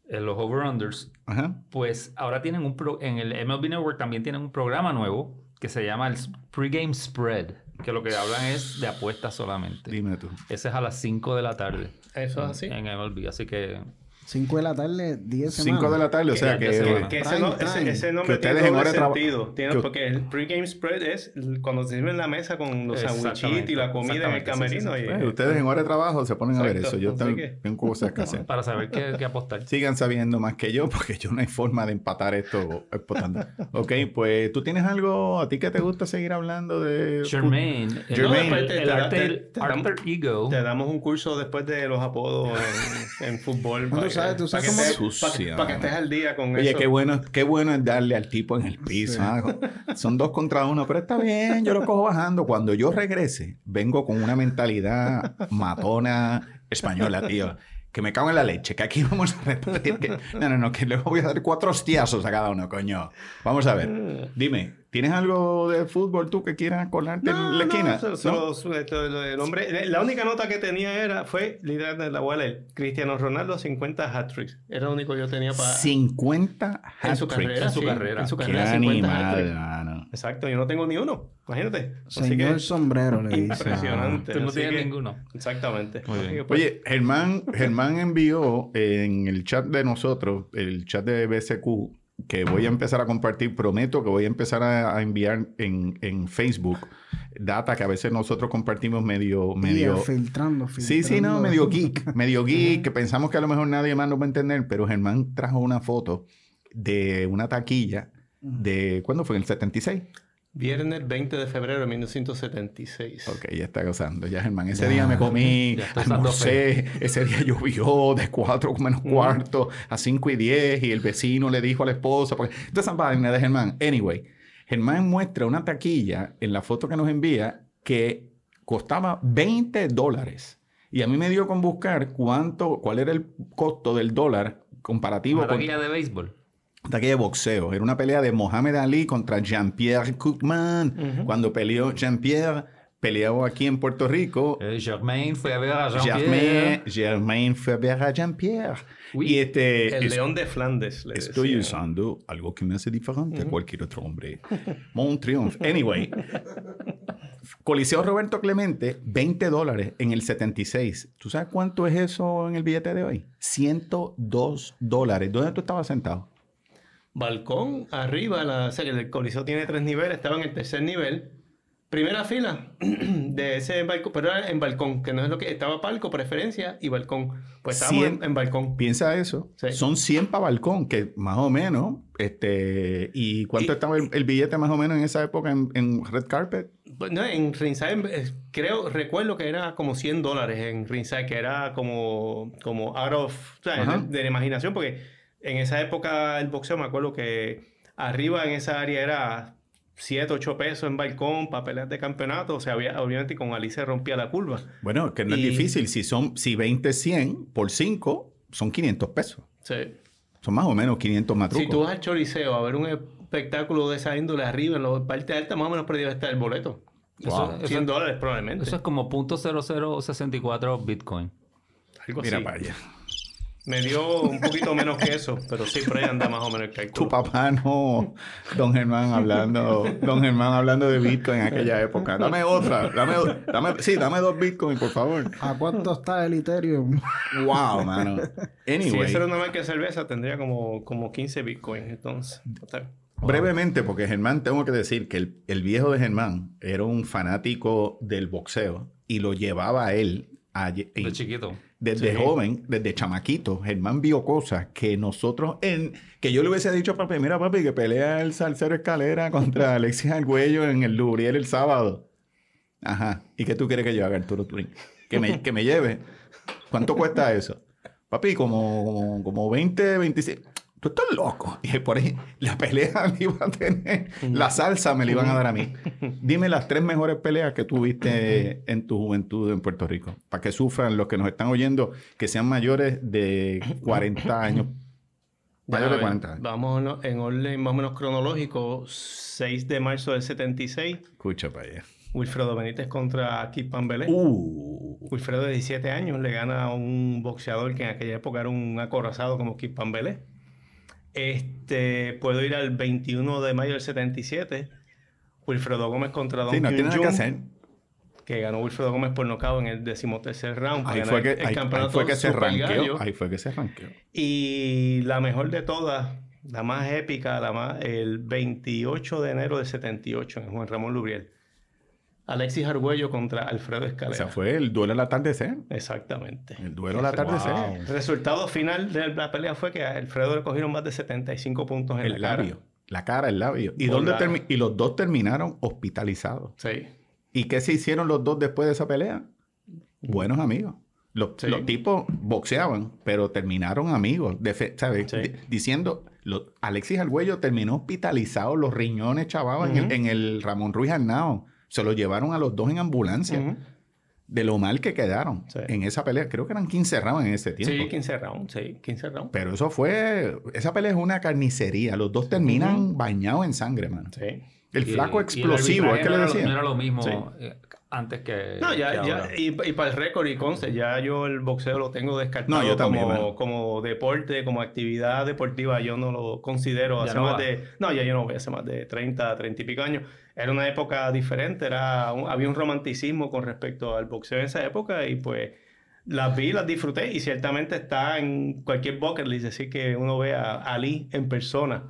Speaker 1: eh, los over-unders,
Speaker 2: Ajá.
Speaker 1: pues ahora tienen un pro, en el MLB Network también tienen un programa nuevo que se llama el s- Pre-Game Spread, que lo que hablan es de apuestas solamente.
Speaker 2: Dime tú.
Speaker 1: Ese es a las 5 de la tarde
Speaker 3: Eso es así.
Speaker 1: en MLB, así que
Speaker 4: 5 de la tarde, 10 semanas.
Speaker 2: 5 de la tarde, o sea
Speaker 1: ya
Speaker 2: que... eh,
Speaker 1: se
Speaker 3: Que,
Speaker 1: van.
Speaker 3: que ese,
Speaker 4: Prime
Speaker 3: no-
Speaker 4: time.
Speaker 3: ese- ese
Speaker 4: Que
Speaker 2: ustedes
Speaker 3: nombre tiene
Speaker 2: en
Speaker 3: doble
Speaker 2: hora de traba-
Speaker 3: sentido. Tiene-
Speaker 2: que-
Speaker 3: porque el pre-game spread es cuando se sirven la mesa con los
Speaker 1: Exactamente,
Speaker 3: sandwichitos y la comida en el
Speaker 1: exactamente, sí,
Speaker 3: camerino.
Speaker 1: sí,
Speaker 3: y-
Speaker 2: Eh, ustedes en hora de trabajo se ponen a ver eso.
Speaker 3: Exacto,
Speaker 2: Yo
Speaker 3: así
Speaker 2: tengo,
Speaker 3: que-
Speaker 2: tengo cosas que hacer.
Speaker 1: para saber qué, qué apostar.
Speaker 2: Sigan sabiendo más que yo, porque yo no hay forma de empatar esto. espotando. ok, pues tú tienes algo a ti que te gusta seguir hablando de.
Speaker 1: Germain, el-
Speaker 2: Germain.
Speaker 1: el, el
Speaker 3: Te-
Speaker 1: arte-
Speaker 3: te- te-
Speaker 1: alter ego.
Speaker 3: Te damos un curso después de los apodos en, en fútbol.
Speaker 4: No, tú sabes- tú sabes
Speaker 3: para que
Speaker 2: cómo-
Speaker 3: estés- para que- para que estés al día con
Speaker 2: Oye,
Speaker 3: eso.
Speaker 2: qué bueno, qué bueno es darle al tipo en el piso.
Speaker 4: Sí.
Speaker 2: ah, Son dos contra uno, pero está bien, yo lo cojo bajando. Cuando yo regrese, vengo con una mentalidad matona española, tío. Que me cago en la leche, que aquí vamos a repartir. que- No, no, no, que le voy a dar cuatro hostiazos a cada uno, coño. Vamos a ver. Dime, ¿tienes algo de fútbol tú que quieras colarte en la esquina?
Speaker 3: so-
Speaker 2: ¿No?
Speaker 3: so- so- esto- lo del hombre- la única nota que tenía era, fue literal de la abuela, el Cristiano Ronaldo, 50 hat-tricks. Era lo único que yo tenía para...
Speaker 2: 50
Speaker 3: en su
Speaker 2: hat-tricks.
Speaker 3: carrera.
Speaker 1: en su
Speaker 3: sí,
Speaker 1: carrera.
Speaker 3: En su
Speaker 2: Qué
Speaker 3: carrera, 50
Speaker 2: animal,
Speaker 3: hat-tricks.
Speaker 2: mano.
Speaker 3: Exacto, yo no tengo ni uno. Imagínate. Así
Speaker 4: Señor
Speaker 3: que-
Speaker 4: sombrero, le dice.
Speaker 3: Impresionante.
Speaker 1: Tú no
Speaker 3: así
Speaker 1: tienes
Speaker 3: que-
Speaker 1: ninguno.
Speaker 3: Exactamente.
Speaker 1: Muy
Speaker 3: Así
Speaker 1: bien.
Speaker 3: que, pues,
Speaker 2: Oye, Germán, Germán envió en el chat de nosotros, el chat de BCQ, que voy a empezar a compartir, prometo que voy a empezar a, a enviar en, en Facebook data que a veces nosotros compartimos medio...
Speaker 4: Ah,
Speaker 2: medio
Speaker 4: tía, filtrando, filtrando.
Speaker 2: sí, sí, no, medio geek, medio geek, que pensamos que a lo mejor nadie más nos va a entender, pero Germán trajo una foto de una taquilla de... ¿Cuándo fue? ¿En el 76?
Speaker 3: Viernes 20 de febrero de 1976.
Speaker 2: Ok, ya está gozando. Ya, Germán, ese día me comí,
Speaker 1: ya está pues. usando
Speaker 2: almorcé, ese día llovió de 4 menos
Speaker 1: Mm.
Speaker 2: cuarto a 5 y 10 y el vecino le dijo a la esposa, porque toda esa vaina de Germán. Anyway, Germán muestra una taquilla en la foto que nos envía que costaba 20 dólares. Y a mí me dio con buscar cuánto, cuál era el costo del dólar comparativo
Speaker 1: Una
Speaker 2: con
Speaker 1: taquilla de béisbol.
Speaker 2: taquilla de boxeo. Era una pelea de Mohamed Ali contra Jean-Pierre Cookman. Cuando peleó Jean-Pierre, peleó aquí en Puerto Rico.
Speaker 1: Eh, Germain fue a ver a
Speaker 2: Germain,
Speaker 1: Jean-Pierre.
Speaker 2: Germain fue a ver a Jean-Pierre.
Speaker 1: Oui.
Speaker 2: Y este,
Speaker 3: El
Speaker 2: es-
Speaker 3: león de Flandes. le
Speaker 2: estoy
Speaker 3: decían.
Speaker 2: usando algo que me hace diferente a cualquier otro hombre. Mon triunfo. Anyway, Coliseo Roberto Clemente, 20 dólares en el 76. ¿Tú sabes cuánto es eso en el billete de hoy? 102 dólares. ¿Dónde tú estabas sentado?
Speaker 3: Balcón, arriba, la, o sea, que el coliseo tiene tres niveles, estaba en el tercer nivel. Primera fila de ese balcón, pero era en balcón, que no es lo que estaba palco, preferencia y balcón. Pues estábamos
Speaker 2: Cien-
Speaker 3: en, en balcón.
Speaker 2: Piensa eso.
Speaker 3: Sí.
Speaker 2: Son 100 para balcón, que más o menos. Este, ¿Y cuánto
Speaker 3: Y-
Speaker 2: estaba el, el billete más o menos en esa época en, en Red Carpet?
Speaker 3: Pues, No, en Ringside, en- eh, creo, recuerdo que era como 100 dólares en Ringside, que era como, como out of, o sea,
Speaker 2: Ajá.
Speaker 3: de, de la imaginación, porque en esa época el boxeo me acuerdo que arriba en esa área era 7, 8 pesos en balcón para peleas de campeonato, o sea, había, obviamente con Ali se rompía la curva.
Speaker 2: Bueno, que no
Speaker 3: Y-
Speaker 2: es difícil. Si son si 20, 100 por 5, son 500 pesos.
Speaker 3: Sí.
Speaker 2: Son más o menos 500 matrucos.
Speaker 3: Si tú vas al Choriceo a ver un espectáculo de esa índole arriba, en la parte alta, más o menos perdido está el boleto.
Speaker 1: Eso,
Speaker 2: Wow.
Speaker 1: eso-
Speaker 3: 100 dólares probablemente.
Speaker 1: eso es como .0064 Bitcoin.
Speaker 3: Algo
Speaker 2: Mira
Speaker 3: así.
Speaker 2: para allá.
Speaker 3: Me dio un poquito menos que eso, pero sí, por ahí anda más o menos el
Speaker 2: Tu
Speaker 3: cálculo.
Speaker 2: papá no, don Germán hablando, don Germán hablando de Bitcoin en aquella época. Dame otra, dame, dame- sí, dame dos Bitcoin, por favor.
Speaker 4: ¿A cuánto está el Ethereum?
Speaker 2: Wow, mano.
Speaker 3: Si
Speaker 2: Anyway,
Speaker 3: eso era una marca de cerveza, tendría como, como 15 bitcoins, entonces. Está bien.
Speaker 2: brevemente, porque Germán, tengo que decir que el, el viejo de Germán era un fanático del boxeo y lo llevaba a él a,
Speaker 1: De chiquito.
Speaker 2: Desde
Speaker 3: Sí.
Speaker 2: joven, desde chamaquito, Germán vio cosas que nosotros, en, que yo le hubiese dicho a papi, mira papi, que pelea el salsero escalera contra Alexis Argüello en el Lubriel el sábado. Ajá. ¿Y qué tú quieres que yo haga, Arturo Turín? Que me, que me lleve. ¿Cuánto cuesta eso? Papi, como, como, como 20, 25. Tú estás loco. Y por ahí, la pelea me iba a tener, la salsa me la iban a dar a mí. Dime las tres mejores peleas que tuviste en tu juventud en Puerto Rico. Para que sufran los que nos están oyendo, que sean mayores de 40 años. Mayores de
Speaker 3: Ya,
Speaker 2: 40 años.
Speaker 3: Vamos en- en orden más o menos cronológico. 6 de marzo del 76,
Speaker 2: Escucha para allá.
Speaker 3: Wilfredo Benítez contra Kip Pambelé.
Speaker 2: Uh,
Speaker 3: Wilfredo de 17 años le gana a un boxeador que en aquella época era un acorazado como Kip Pambelé. Este, puedo ir al 21 de mayo del 77. Wilfredo Gómez contra Don
Speaker 2: sí, no
Speaker 3: Hyun
Speaker 2: tiene nada que
Speaker 3: Jung,
Speaker 2: hacer.
Speaker 3: que ganó Wilfredo Gómez por nocaut en el decimotercer round. para
Speaker 2: Ahí
Speaker 3: ganar
Speaker 2: fue que,
Speaker 3: el
Speaker 2: ahí- ahí
Speaker 3: campeonato
Speaker 2: fue que se
Speaker 3: Super
Speaker 2: ranqueó.
Speaker 3: Gallo.
Speaker 2: Ahí fue que se ranqueó.
Speaker 3: Y la mejor de todas, la más épica, la más, el 28 de enero del 78 en Juan Ramón Lubriel. Alexis Argüello contra Alfredo
Speaker 2: O
Speaker 3: Escalera.
Speaker 2: sea, fue el duelo al atardecer.
Speaker 3: Exactamente.
Speaker 2: El duelo al atardecer.
Speaker 1: Wow.
Speaker 3: El resultado final de la pelea fue que a Alfredo le cogieron más de 75 puntos en
Speaker 2: El
Speaker 3: la cara.
Speaker 2: labio. La cara, el labio. ¿Y,
Speaker 3: Por
Speaker 2: dónde
Speaker 3: la-
Speaker 2: termi- y los dos terminaron hospitalizados.
Speaker 3: Sí.
Speaker 2: ¿Y qué se hicieron los dos después de esa pelea? Buenos amigos. Los,
Speaker 3: Sí.
Speaker 2: los tipos boxeaban, pero terminaron amigos. Defe- ¿sabes?
Speaker 3: Sí.
Speaker 2: Di- diciendo, lo- Alexis Argüello terminó hospitalizado, los riñones chavaban en, el,
Speaker 3: Ujú.
Speaker 2: en el Ramón Ruiz Arnao. Se lo llevaron a los dos en ambulancia.
Speaker 3: Ujú.
Speaker 2: De lo mal que quedaron
Speaker 3: Sí.
Speaker 2: en esa pelea. Creo que eran 15 rounds en ese tiempo.
Speaker 3: Sí, 15 rounds. Sí, 15 rounds.
Speaker 2: Pero eso fue... Esa pelea es una carnicería. Los dos terminan bañados en sangre, mano.
Speaker 3: Sí.
Speaker 2: El
Speaker 1: Y-
Speaker 2: flaco
Speaker 1: y el
Speaker 2: explosivo,
Speaker 1: arbitraje
Speaker 2: es que
Speaker 1: no era lo-
Speaker 2: le
Speaker 1: No
Speaker 2: decían.
Speaker 1: era lo mismo
Speaker 3: Sí.
Speaker 1: eh, antes que.
Speaker 3: No, ya,
Speaker 1: que
Speaker 3: ya,
Speaker 1: ahora.
Speaker 3: y, y para el récord y conste, ya yo el boxeo lo tengo descartado
Speaker 2: No, yo también,
Speaker 3: como,
Speaker 2: mano.
Speaker 3: como deporte, como actividad deportiva, yo no lo considero
Speaker 1: Ya
Speaker 3: hace
Speaker 1: no
Speaker 3: más
Speaker 1: va.
Speaker 3: de, no, ya yo no voy hace más de 30, 30 y pico años. Era una época diferente, era un- había un romanticismo con respecto al boxeo en esa época y pues las vi, las disfruté y ciertamente está en cualquier bucket list, decir que uno ve a Ali en persona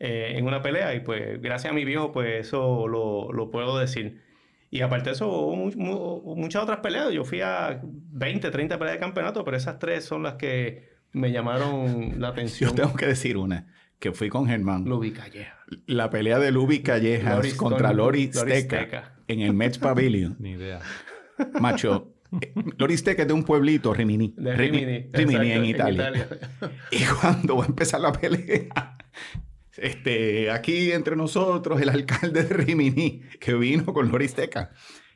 Speaker 3: eh, en una pelea y pues gracias a mi viejo pues eso lo, lo puedo decir. Y aparte de eso, hubo mu- mu- muchas otras peleas. Yo fui a 20, 30 peleas de campeonato, pero esas tres son las que me llamaron la atención.
Speaker 2: Yo tengo que decir una, que fui con Germán.
Speaker 3: Luby Calleja.
Speaker 2: La pelea de Luby Callejas
Speaker 3: Lori
Speaker 2: contra
Speaker 3: Stone-
Speaker 2: Lori
Speaker 3: Lori
Speaker 2: Steca,
Speaker 3: Steca.
Speaker 2: en el Mets Pavilion.
Speaker 1: Ni idea.
Speaker 2: Macho, eh, Lori Steca es de un pueblito, Rimini.
Speaker 3: De
Speaker 2: Ri-
Speaker 3: Rimini.
Speaker 2: Rimini,
Speaker 3: exacto,
Speaker 2: en Italia. Y cuando va a empezar la pelea, este, aquí entre nosotros, el alcalde de Rimini, que vino con Lori Steca,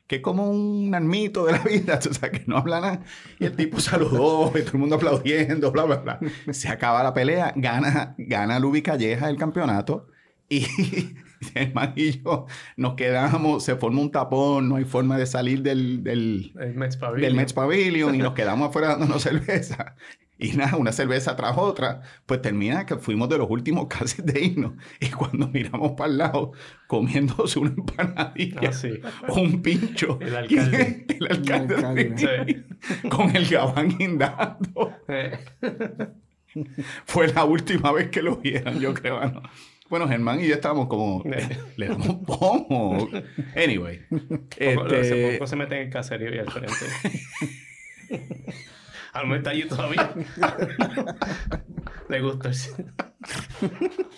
Speaker 2: que es como un armito de la vida, o sea, que no habla nada. Y el tipo saludó, y todo el mundo aplaudiendo, bla, bla, bla. Se acaba la pelea, gana, gana Lubi Calleja el campeonato. Y el man y yo nos quedamos, se forma un tapón, no hay forma de salir del- del,
Speaker 3: El Mets
Speaker 2: del
Speaker 3: Pavilion.
Speaker 2: Mets Pavilion y nos quedamos afuera dándonos cerveza. Y nada, una cerveza tras otra, pues termina que fuimos de los últimos casi de irnos. Y cuando miramos para el lado, comiéndose una empanadilla
Speaker 3: Ah, sí.
Speaker 2: o un pincho.
Speaker 1: El alcalde.
Speaker 2: el alcalde
Speaker 4: El alcalde.
Speaker 2: de- con el gabán guindando.
Speaker 3: Eh,
Speaker 2: Fue la última vez que lo vieron, yo creo. ¿no? Bueno, Germán y yo estábamos como, le damos pomo. Anyway.
Speaker 3: poco- hace
Speaker 2: este,
Speaker 3: poco se meten en el caserío y al frente. A lo mejor está allí todavía. Le gusta.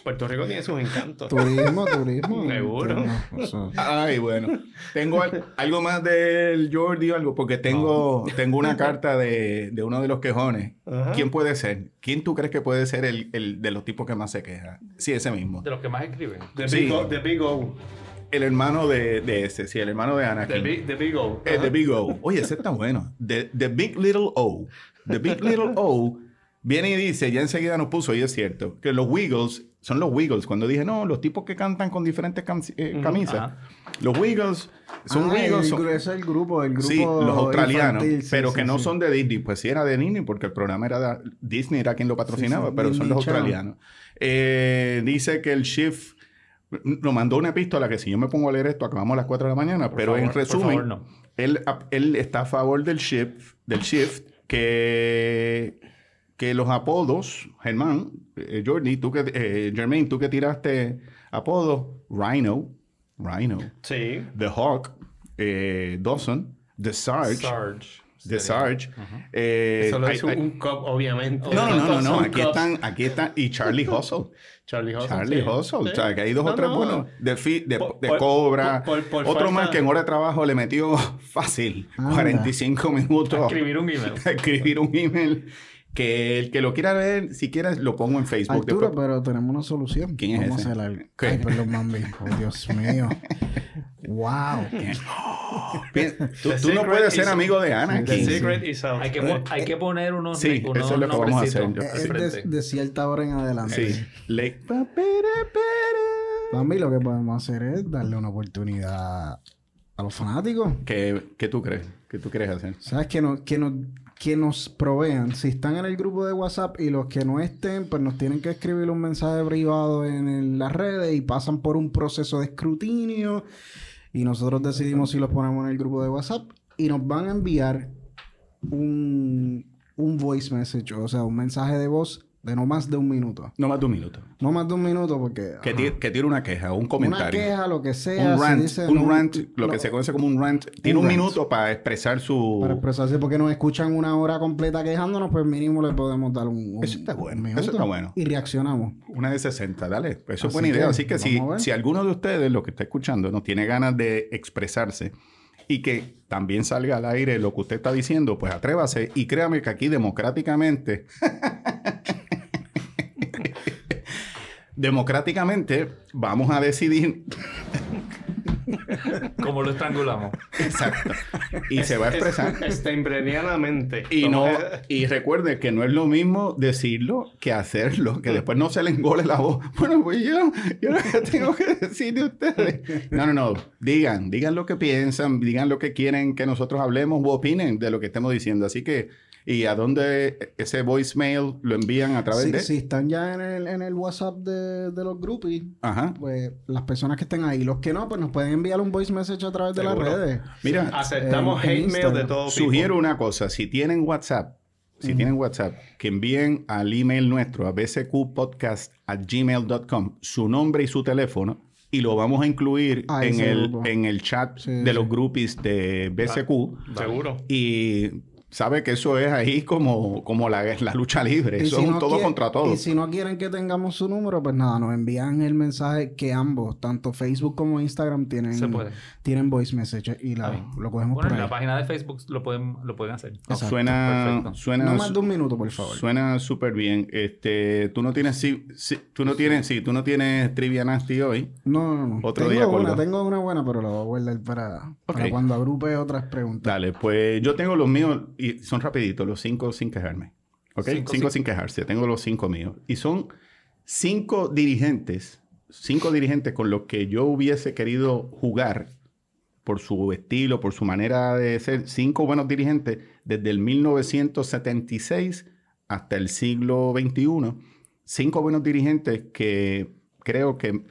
Speaker 3: Puerto Rico tiene sus encantos.
Speaker 4: Turismo, turismo.
Speaker 3: Seguro.
Speaker 4: Turismo, eso.
Speaker 2: Ay, bueno. Tengo al- algo más del Jordi o algo, porque tengo, tengo una carta de, de uno de los quejones.
Speaker 3: Ajá.
Speaker 2: ¿Quién puede ser? ¿Quién tú crees que puede ser el, el de los tipos que más se queja? Sí, ese mismo.
Speaker 1: De los que más escriben.
Speaker 3: The
Speaker 2: Sí.
Speaker 3: Big O. The Big O.
Speaker 2: El hermano de, de ese, sí, el hermano de
Speaker 3: The
Speaker 2: Anakin.
Speaker 3: Big, the big O.
Speaker 2: Eh, the Big O. Oye, ese está bueno. The, the Big Little O. The Big Little O viene y dice, ya enseguida nos puso, y es cierto, que los Wiggles son los Wiggles. Cuando dije, no, los tipos que cantan con diferentes cam- eh, camisas.
Speaker 1: ajá.
Speaker 2: Los Wiggles son
Speaker 4: Ah, el
Speaker 2: Wiggles. son-
Speaker 4: gru- es el grupo, el grupo
Speaker 2: Sí, los australianos,
Speaker 4: infantil, sí,
Speaker 2: pero
Speaker 4: sí,
Speaker 2: que no
Speaker 4: sí.
Speaker 2: son de Disney. Pues sí era de Disney porque el programa era de Disney, era quien lo patrocinaba,
Speaker 4: sí,
Speaker 2: pero son los
Speaker 4: Disney Channel.
Speaker 2: australianos. Eh, dice que el Shift nos mandó una epístola que si yo me pongo a leer esto acabamos a las 4 de la mañana,
Speaker 1: Por
Speaker 2: pero en
Speaker 1: favor, por
Speaker 2: resumen,
Speaker 1: favor, no.
Speaker 2: él, él está a favor del Shift, del shift que, que los apodos, Germán, eh, Jordi, tú que, eh, Germain, tú que tiraste apodos, Rhino, Rhino.
Speaker 3: Sí.
Speaker 2: The Hawk, eh, Dawson, The Sarge,
Speaker 1: Sarge. sería.
Speaker 2: The Sarge. eh,
Speaker 3: Solo es
Speaker 2: hay- hay-
Speaker 3: un cop, obviamente.
Speaker 2: no, no, no, no, no,
Speaker 3: Son
Speaker 2: Aquí
Speaker 3: cops.
Speaker 2: están, aquí están. Y Charlie Hustle.
Speaker 3: Charlie Hustle.
Speaker 2: Charlie
Speaker 3: sí.
Speaker 2: Hustle.
Speaker 3: Sí.
Speaker 2: O sea, que hay dos
Speaker 3: No,
Speaker 2: o tres
Speaker 3: no.
Speaker 2: buenos. De, fi- de,
Speaker 3: Por-
Speaker 2: de
Speaker 3: por-
Speaker 2: Cobra.
Speaker 3: por- por
Speaker 2: Otro
Speaker 3: falta-
Speaker 2: más que en hora de trabajo le metió fácil.
Speaker 4: Anda.
Speaker 2: 45 minutos
Speaker 1: Escribir un email.
Speaker 2: a escribir un email. Que el que lo quiera ver, si quieres, lo pongo en Facebook.
Speaker 4: Arturo,
Speaker 2: Después-
Speaker 4: pero tenemos una solución.
Speaker 2: ¿Quién es
Speaker 4: Vamos
Speaker 2: ese?
Speaker 4: a hacer
Speaker 2: ¿Qué?
Speaker 4: Ay, perdón, mami. Oh, Dios mío. wow. pues,
Speaker 2: Bien, tú,
Speaker 3: The
Speaker 2: tú no
Speaker 3: Secret
Speaker 2: puedes
Speaker 3: is-
Speaker 2: ser amigo de Ana.
Speaker 3: The
Speaker 4: Sí, sí.
Speaker 3: Secret is out.
Speaker 1: Hay que, po- hay que poner unos.
Speaker 2: Eh, Sí,
Speaker 1: unos
Speaker 2: eso es lo que vamos a hacer. Eh,
Speaker 1: nombrecitos
Speaker 4: Es
Speaker 1: al
Speaker 4: de,
Speaker 1: frente.
Speaker 4: Eh, de cierta hora en adelante.
Speaker 2: Sí. Lake Paperapera.
Speaker 4: Mami, lo que podemos hacer es darle una oportunidad a los fanáticos.
Speaker 2: ¿Qué, qué tú crees? ¿Qué tú crees hacer?
Speaker 4: ¿Sabes? Que nos, que, nos, que nos provean. Si están en el grupo de WhatsApp y los que no estén, pues nos tienen que escribir un mensaje privado en, el- las redes y pasan por un proceso de escrutinio. Y nosotros decidimos si los ponemos en el grupo de WhatsApp y nos van a enviar un, un voice message, o sea, un mensaje de voz de no más de un minuto.
Speaker 2: No más de un minuto.
Speaker 4: No más de un minuto porque...
Speaker 2: Que,
Speaker 4: ajá,
Speaker 2: tire, que tire una queja, un
Speaker 4: Ah. una
Speaker 2: comentario.
Speaker 4: queja, lo que sea.
Speaker 2: un
Speaker 4: si
Speaker 2: rant,
Speaker 4: dice
Speaker 2: un
Speaker 4: no-
Speaker 2: rant, lo
Speaker 4: no-
Speaker 2: que se conoce como un rant. Tiene
Speaker 4: Un
Speaker 2: un,
Speaker 4: rant.
Speaker 2: minuto para expresar su...
Speaker 4: Para expresarse, porque nos escuchan una hora completa quejándonos, pues mínimo le podemos dar un. un-
Speaker 2: Eso está bueno,
Speaker 4: un
Speaker 2: eso
Speaker 4: minuto
Speaker 2: está bueno.
Speaker 4: Y reaccionamos.
Speaker 2: Una de 60, dale. Eso es
Speaker 4: Así
Speaker 2: buena
Speaker 4: que,
Speaker 2: idea. Así que si,
Speaker 4: vamos a ver.
Speaker 2: si alguno de ustedes, lo que está escuchando, no tiene ganas de expresarse y que también salga al aire lo que usted está diciendo, pues atrévase y créame que aquí democráticamente... democráticamente vamos a decidir
Speaker 1: Como lo estrangulamos.
Speaker 2: Exacto. Y se va a expresar.
Speaker 3: Steinbrenianamente.
Speaker 2: Y no,
Speaker 3: Como-
Speaker 2: y recuerde que no es lo mismo decirlo que hacerlo, que después no se le engole la voz. Bueno, pues yo, yo lo que tengo que decir de ustedes. No, no, no. Digan, digan lo que piensan, digan lo que quieren que nosotros hablemos o opinen de lo que estemos diciendo. Así que, ¿y a dónde ese voicemail lo envían a través
Speaker 4: Si,
Speaker 2: de?
Speaker 4: si están ya en el, en el WhatsApp de, de los groupies,
Speaker 2: Ajá.
Speaker 4: pues las personas que estén ahí, los que no, pues nos pueden enviar un voice message a través de las
Speaker 3: Seguro.
Speaker 4: redes.
Speaker 2: Mira,
Speaker 3: Aceptamos
Speaker 4: en- en
Speaker 3: hate mail de
Speaker 4: Instagram.
Speaker 3: todo tipo.
Speaker 2: Sugiero una cosa, si tienen WhatsApp, si tienen WhatsApp, que envíen al email nuestro, a bcqpodcast.gmail.com, su nombre y su teléfono, y lo vamos a incluir
Speaker 4: Ah,
Speaker 2: en,
Speaker 4: ese
Speaker 2: el,
Speaker 4: grupo.
Speaker 2: en el chat
Speaker 4: Sí,
Speaker 2: de
Speaker 4: sí.
Speaker 2: los groupies de BCQ.
Speaker 3: Seguro.
Speaker 2: Y sabe que eso es ahí como, como la, la lucha libre,
Speaker 4: Y
Speaker 2: eso
Speaker 4: si
Speaker 2: es un
Speaker 4: no
Speaker 2: todo
Speaker 4: quiere-
Speaker 2: contra todo.
Speaker 4: Y si no quieren que tengamos su número, pues nada, nos envían el mensaje que ambos, tanto Facebook como Instagram, tienen,
Speaker 1: Se puede.
Speaker 4: tienen voice message y la-
Speaker 1: Está bien.
Speaker 4: lo cogemos
Speaker 1: Bueno, en
Speaker 4: por ahí.
Speaker 1: la página de Facebook lo pueden, lo pueden hacer.
Speaker 4: Exacto.
Speaker 2: suena,
Speaker 1: perfecto.
Speaker 2: suena,
Speaker 4: No más de un minuto, por favor.
Speaker 2: Suena súper bien. Este, tú no tienes, sí, sí, tú no tienes, sí, tú no tienes trivia nasty hoy.
Speaker 4: No, no, no.
Speaker 2: Otro día,
Speaker 4: tengo una,
Speaker 2: Coldo.
Speaker 4: tengo una buena, pero la voy a guardar para, para
Speaker 2: Ok.
Speaker 4: cuando agrupe otras preguntas.
Speaker 2: Dale, pues yo tengo los míos y son rapiditos, los cinco sin quejarme. ¿Ok?
Speaker 1: Cinco
Speaker 2: Cinco,
Speaker 1: sin-
Speaker 2: sin quejarse, tengo los cinco míos. Y son cinco dirigentes, cinco dirigentes con los que yo hubiese querido jugar por su estilo, por su manera de ser, cinco buenos dirigentes desde el 1976 hasta el siglo XXI, cinco buenos dirigentes que creo que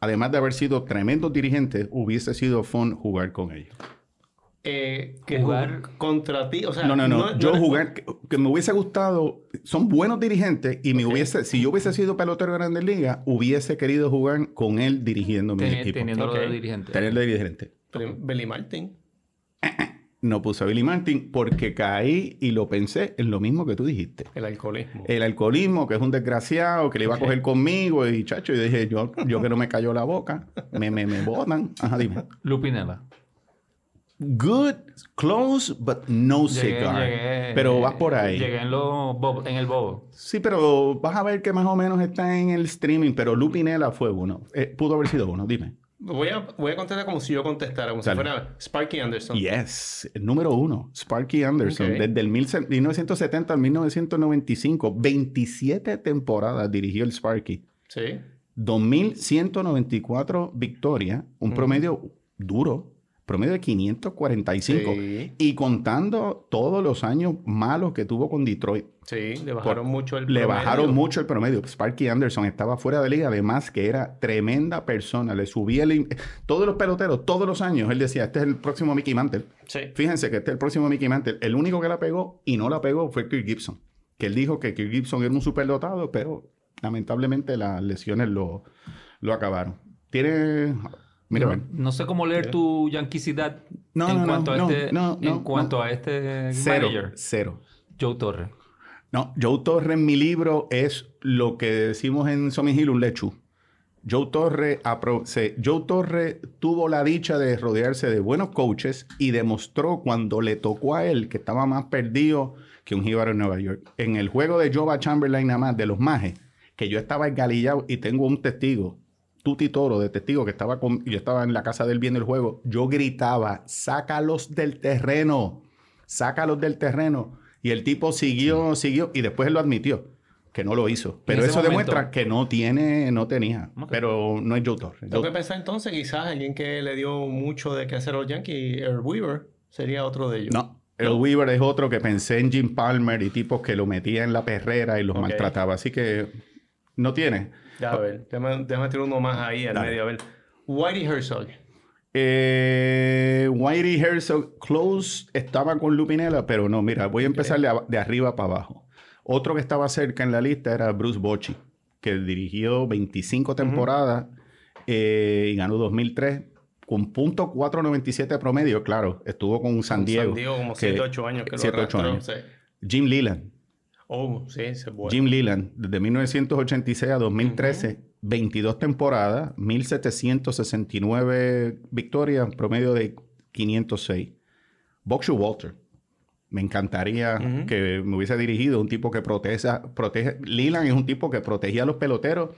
Speaker 2: además de haber sido tremendos dirigentes, hubiese sido fun jugar con ellos.
Speaker 3: Eh, que
Speaker 1: Jugar-
Speaker 3: jugar contra ti. O sea,
Speaker 2: No, no, no. yo
Speaker 3: eres-
Speaker 2: jugar, que, que me hubiese gustado, son buenos dirigentes y me hubiese, si yo hubiese sido pelotero de Grandes Ligas, hubiese querido jugar con él dirigiendo mi
Speaker 1: Teni-
Speaker 2: equipo.
Speaker 1: Teniendo
Speaker 3: Ok.
Speaker 1: lo de dirigente.
Speaker 2: Tenerlo de dirigente.
Speaker 3: Prim- Billy Martin.
Speaker 2: No puse a Billy Martin porque caí y lo pensé en lo mismo que tú dijiste.
Speaker 3: El alcoholismo.
Speaker 2: El alcoholismo, que es un desgraciado, que le iba a coger conmigo y chacho, y dije, yo, yo que no me cayó la boca, me, me, me botan. Ajá, dime.
Speaker 1: Lupinela.
Speaker 2: Good, close, but no
Speaker 1: Llegué-
Speaker 2: cigar.
Speaker 1: llegué- eh,
Speaker 2: Pero vas por ahí.
Speaker 1: Llegué en, los bob- en el bobo.
Speaker 2: Sí, pero vas a ver que más o menos está en el streaming, pero Lupinela fue uno. Eh, pudo haber sido uno, dime.
Speaker 3: Voy a, voy a contestar como si yo contestara, como
Speaker 2: Dale.
Speaker 3: si fuera Sparky Anderson.
Speaker 2: Yes, el número uno, Sparky Anderson,
Speaker 3: Ok.
Speaker 2: desde el 1970 al 1995, 27 temporadas dirigió el Sparky.
Speaker 3: Sí.
Speaker 2: 2.194 victorias, un promedio duro, promedio de 545.
Speaker 3: Sí.
Speaker 2: Y contando todos los años malos que tuvo con Detroit.
Speaker 3: Sí, le bajaron
Speaker 2: Por-
Speaker 3: mucho el
Speaker 2: Le
Speaker 3: promedio.
Speaker 2: bajaron mucho el promedio. Sparky Anderson estaba fuera de liga, además que era tremenda persona. Le subía el... in- Todos los peloteros, todos los años, él decía, este es el próximo Mickey Mantle.
Speaker 3: Sí.
Speaker 2: Fíjense que este es el próximo Mickey Mantle. El único que la pegó y no la pegó fue Kirk Gibson. Que él dijo que Kirk Gibson era un superdotado, pero lamentablemente las lesiones lo, lo acabaron. Tiene... Mira,
Speaker 1: no, no sé cómo leer tu yanquicidad
Speaker 2: No,
Speaker 1: en
Speaker 2: no, no,
Speaker 1: cuanto a
Speaker 2: no,
Speaker 1: este,
Speaker 2: no,
Speaker 1: en
Speaker 2: no,
Speaker 1: cuanto
Speaker 2: no.
Speaker 1: a este
Speaker 2: cero,
Speaker 1: manager,
Speaker 2: cero.
Speaker 1: Joe Torres.
Speaker 2: No, Joe Torres en mi libro es lo que decimos en Summit Hill, un lechu. Joe Torres apro- se- Joe Torre tuvo la dicha de rodearse de buenos coaches y demostró cuando le tocó a él que estaba más perdido que un jíbaro en Nueva York. En el juego de Jova Chamberlain nada más, de los majes, que yo estaba engalillado y tengo un testigo, Tuti Toro, de testigo, que estaba con, yo estaba en la casa del bien del juego, yo gritaba, sácalos del terreno sácalos del terreno. Y el tipo siguió, siguió, y después él lo admitió, que no lo hizo. Pero
Speaker 1: ese
Speaker 2: eso
Speaker 1: momento-
Speaker 2: demuestra que no tiene, no tenía.
Speaker 1: Ok.
Speaker 2: Pero no es Joe Torres.
Speaker 3: Tengo que
Speaker 2: Joe-
Speaker 3: pensar entonces, quizás alguien que le dio mucho de qué hacer a los Yankees, Earl Weaver, sería otro de ellos.
Speaker 2: No. El Weaver es otro que pensé en Jim Palmer y tipos que lo metía en la perrera y los
Speaker 3: Ok.
Speaker 2: maltrataba. Así que no tiene.
Speaker 3: Ya, a ver, déjame, déjame tirar uno más ahí al
Speaker 2: Dale.
Speaker 3: medio, a ver. Whitey Herzog.
Speaker 2: Eh, Whitey Herzog Close estaba con Lupinella, pero no, mira, voy a empezar de, a- de arriba para abajo. Otro que estaba cerca en la lista era Bruce Bochy, que dirigió 25 temporadas eh, y ganó 2003 con punto 497 promedio, claro, estuvo con San Diego.
Speaker 3: San Diego, como
Speaker 2: que-
Speaker 3: 7 8 años que
Speaker 2: siete,
Speaker 3: lo
Speaker 2: ocho
Speaker 3: arrastró.
Speaker 2: años.
Speaker 3: sí.
Speaker 2: Jim Leland,
Speaker 3: Oh, sí, se fue.
Speaker 2: Jim Leland, desde 1986 a 2013, 22 temporadas, 1769 victorias, promedio de 506. Boxer Walter. Me encantaría
Speaker 3: Ujú.
Speaker 2: que me hubiese dirigido un tipo que proteza, protege. Leland es un tipo que protegía a los peloteros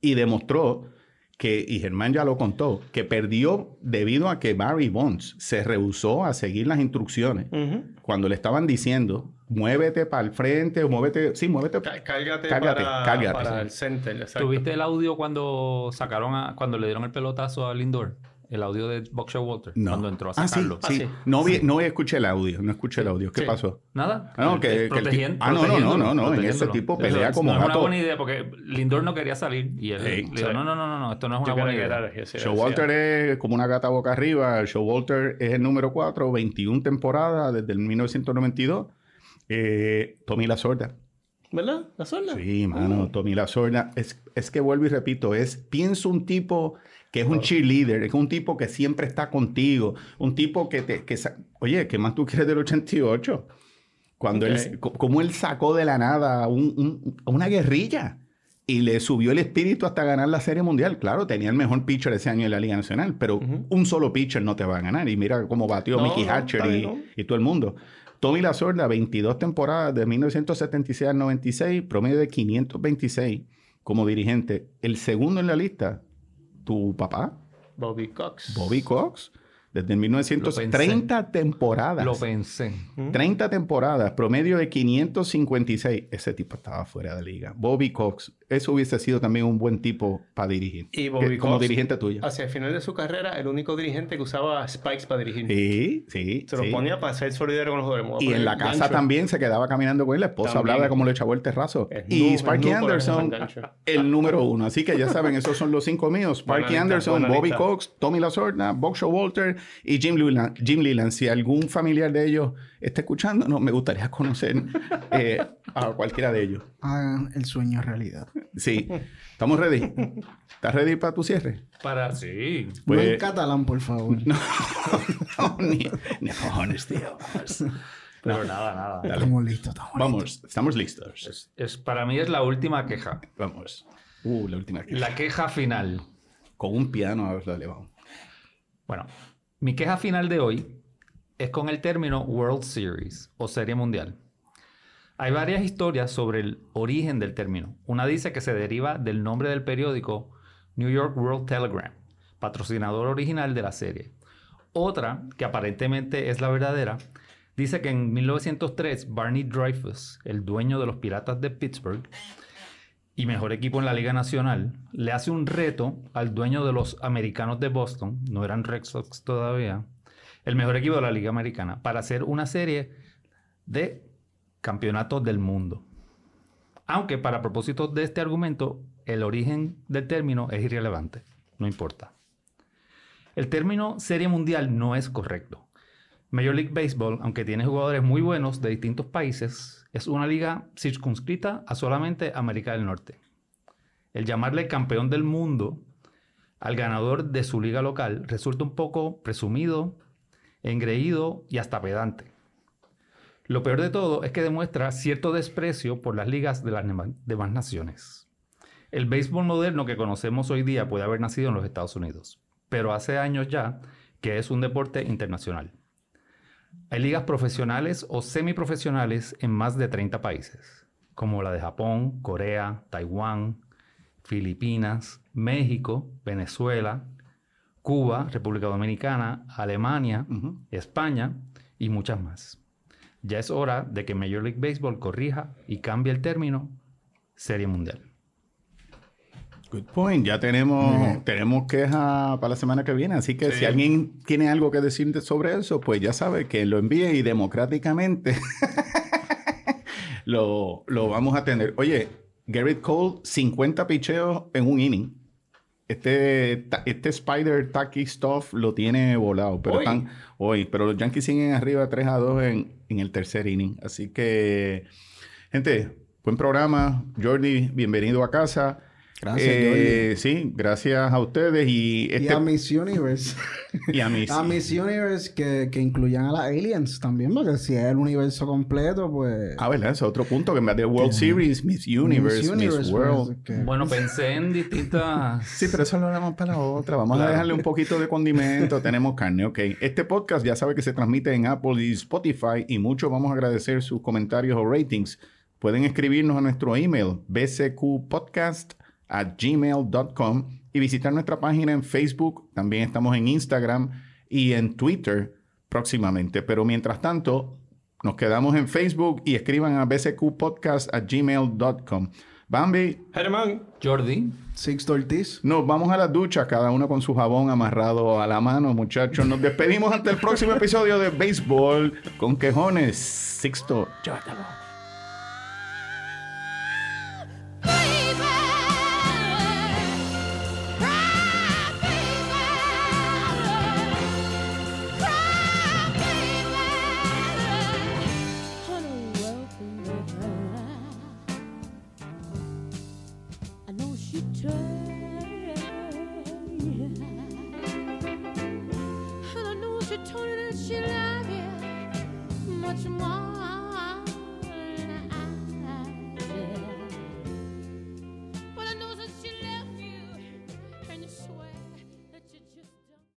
Speaker 2: y demostró que, y Germán ya lo contó, que perdió debido a que Barry Bonds se rehusó a seguir las instrucciones.
Speaker 3: Ujú.
Speaker 2: Cuando le estaban diciendo, muévete para el frente o muévete, sí, muévete.
Speaker 3: Cá- Cárgate,
Speaker 2: Cárgate,
Speaker 3: para,
Speaker 2: cárgate,
Speaker 3: para
Speaker 2: sí.
Speaker 3: el center, exacto.
Speaker 1: ¿Tuviste el audio cuando sacaron a, cuando le dieron el pelotazo a Lindor? El audio de Boxer Walter
Speaker 2: No.
Speaker 1: cuando entró a
Speaker 2: Ah, sí,
Speaker 1: sacarlo.
Speaker 2: sí.
Speaker 3: Ah, sí.
Speaker 2: No, vi, no escuché el audio, no escuché el audio. ¿Qué
Speaker 3: Sí.
Speaker 2: pasó?
Speaker 1: Nada.
Speaker 2: Ah, no, que- que el tipo-
Speaker 1: Protegen-
Speaker 2: ah, no, no, no,
Speaker 1: protegiéndolo,
Speaker 2: no, no, en
Speaker 1: protegiéndolo.
Speaker 2: ese tipo
Speaker 1: Eso
Speaker 2: pelea
Speaker 1: es-
Speaker 2: como
Speaker 1: No es una
Speaker 2: gato.
Speaker 1: buena idea porque Lindor no quería salir y él
Speaker 2: Sí,
Speaker 1: le dijo,
Speaker 3: sí.
Speaker 1: no, no, no, no, no, esto no es una
Speaker 3: Yo
Speaker 1: buena
Speaker 3: creo que
Speaker 1: idea.
Speaker 3: era que sí,
Speaker 2: Showalter
Speaker 3: decía.
Speaker 2: es como una gata boca arriba. Showalter es el número 4, 21 temporadas desde el 1992. Eh, Tommy La Sorda.
Speaker 3: ¿Verdad? Uh, ¿La zona?
Speaker 2: Sí,
Speaker 3: Oh.
Speaker 2: mano, Tommy La Sorda. Es, es que vuelvo y repito, es pienso un tipo que es un cheerleader, es un tipo que siempre está contigo, un tipo que te... Que sa- Oye, ¿qué más tú quieres del 88? Cuando él,
Speaker 3: Ok.
Speaker 2: co- como él sacó de la nada un- un- a una guerrilla y le subió el espíritu hasta ganar la Serie Mundial. Claro, tenía el mejor pitcher ese año en la Liga Nacional, pero un solo pitcher no te va a ganar. Y mira cómo batió
Speaker 3: No,
Speaker 2: Mickey
Speaker 3: no,
Speaker 2: Hatcher
Speaker 3: está
Speaker 2: y,
Speaker 3: bien,
Speaker 2: y todo el mundo. Tommy La Sorda, 22 temporadas de 1976 al 96, promedio de 526 como dirigente. El segundo en la lista, tu papá,
Speaker 3: Bobby Cox.
Speaker 2: Bobby Cox, desde 1930 temporadas.
Speaker 1: Lo pensé.
Speaker 2: 30 temporadas, promedio de 556. Ese tipo estaba fuera de liga. Bobby Cox. Eso hubiese sido también un buen tipo para dirigir.
Speaker 3: Y Bobby
Speaker 2: Que- Como
Speaker 3: Cox-
Speaker 2: dirigente tuyo.
Speaker 3: Hacia el final de su carrera, el único dirigente que usaba spikes para dirigir.
Speaker 2: Sí, sí.
Speaker 3: Se lo
Speaker 2: sí.
Speaker 3: ponía para ser solidario con los jugadores. Me voy a
Speaker 2: Y
Speaker 3: poner
Speaker 2: en la casa
Speaker 3: gancho.
Speaker 2: también se quedaba caminando con él. La esposa
Speaker 3: También.
Speaker 2: hablaba de cómo le echaba el terrazo.
Speaker 3: Es nu-
Speaker 2: y
Speaker 3: es
Speaker 2: Sparky
Speaker 3: nu con
Speaker 2: Anderson,
Speaker 3: el gancho.
Speaker 2: el número uno. Así que ya saben, esos son los cinco míos.
Speaker 3: Buena
Speaker 2: Sparky
Speaker 3: lista,
Speaker 2: Anderson,
Speaker 3: buena
Speaker 2: Bobby
Speaker 3: lista.
Speaker 2: Cox, Tommy Lasorda, Boxer Walter y Jim Leland. Jim Leland. Si algún familiar de ellos está escuchando, no, me gustaría conocer eh, a cualquiera de ellos.
Speaker 4: Hagan el sueño realidad.
Speaker 2: Sí. ¿Estamos ready? ¿Estás ready para tu cierre?
Speaker 1: Para sí.
Speaker 4: no en
Speaker 2: Pues-
Speaker 4: catalán, por favor.
Speaker 2: No, ni, ni cojones, tío. Vamos.
Speaker 1: Pero nada, nada.
Speaker 4: estamos listos, estamos
Speaker 2: Vamos, estamos listos.
Speaker 1: Es- es- para mí es la última queja.
Speaker 2: Vamos. Uh, la última.
Speaker 1: La queja final.
Speaker 2: Con un piano a ver, dale, vamos.
Speaker 1: Bueno, mi queja final de hoy es con el término World Series o Serie Mundial. Hay varias historias sobre el origen del término. Una dice que se deriva del nombre del periódico New York World Telegram, patrocinador original de la serie. Otra, que aparentemente es la verdadera, dice que en 1903 Barney Dreyfus, el dueño de los Piratas de Pittsburgh, y mejor equipo en la Liga Nacional, le hace un reto al dueño de los americanos de Boston, no eran Red Sox todavía, el mejor equipo de la Liga Americana, para hacer una serie de campeonatos del mundo. Aunque para propósitos de este argumento, el origen del término es irrelevante, no importa. El término serie mundial no es correcto. Major League Baseball, aunque tiene jugadores muy buenos de distintos países, es una liga circunscrita a solamente América del Norte. El llamarle campeón del mundo al ganador de su liga local resulta un poco presumido, engreído y hasta pedante. Lo peor de todo es que demuestra cierto desprecio por las ligas de las nema- demás naciones. El béisbol moderno que conocemos hoy día puede haber nacido en los Estados Unidos, pero hace años ya que es un deporte internacional. Hay ligas profesionales o semiprofesionales en más de 30 países, como la de Japón, Corea, Taiwán, Filipinas, México, Venezuela, Cuba, República Dominicana, Alemania,
Speaker 2: Ujú.
Speaker 1: España y muchas más. Ya es hora de que Major League Baseball corrija y cambie el término Serie Mundial.
Speaker 2: Good point. Ya tenemos, tenemos queja para la semana que viene. Así que
Speaker 3: Sí.
Speaker 2: si alguien tiene algo que decir de- sobre eso, pues ya sabe que lo envíe y democráticamente lo, lo vamos a atender. Oye, Garrett Cole, 50 picheos en un inning. Este, ta- este Spider Tacky Stuff lo tiene volado. Pero
Speaker 3: Hoy.
Speaker 2: están hoy. Pero los Yankees siguen arriba 3 a 2 en, en el tercer inning. Así que, gente, buen programa. Jordi, bienvenido a casa.
Speaker 4: Gracias,
Speaker 2: Eh, Sí, gracias a ustedes y,
Speaker 4: Y
Speaker 2: este,
Speaker 4: a Miss Universe.
Speaker 2: y a mis-
Speaker 4: A Miss Universe que, que incluyan a las aliens también, porque si es el universo completo, pues...
Speaker 2: Ah, ¿verdad? Ese es otro punto que me de World Series, Miss Universe, Miss, World.
Speaker 4: pues, que-
Speaker 1: Bueno, pensé en distintas...
Speaker 2: Sí, pero eso lo hablamos para la otra. Vamos a
Speaker 1: Claro.
Speaker 2: dejarle un poquito de condimento. Tenemos carne, ok. Este podcast ya sabe que se transmite en Apple y Spotify y mucho vamos a agradecer sus comentarios o ratings. Pueden escribirnos a nuestro email bcqpodcast@gmail.com y visitar nuestra página en Facebook. También estamos en Instagram y en Twitter próximamente. Pero mientras tanto, nos quedamos en Facebook y escriban a bcqpodcast@gmail.com. Bambi,
Speaker 3: Germán,
Speaker 1: Jordi,
Speaker 4: Sixto Ortiz.
Speaker 2: nos vamos a las duchas, cada uno con su jabón amarrado a la mano, muchachos. Nos despedimos hasta el próximo episodio de Béisbol con Quejones. Sixto, llévatelo.
Speaker 5: I know she tried, and I know she told you that she loved you much more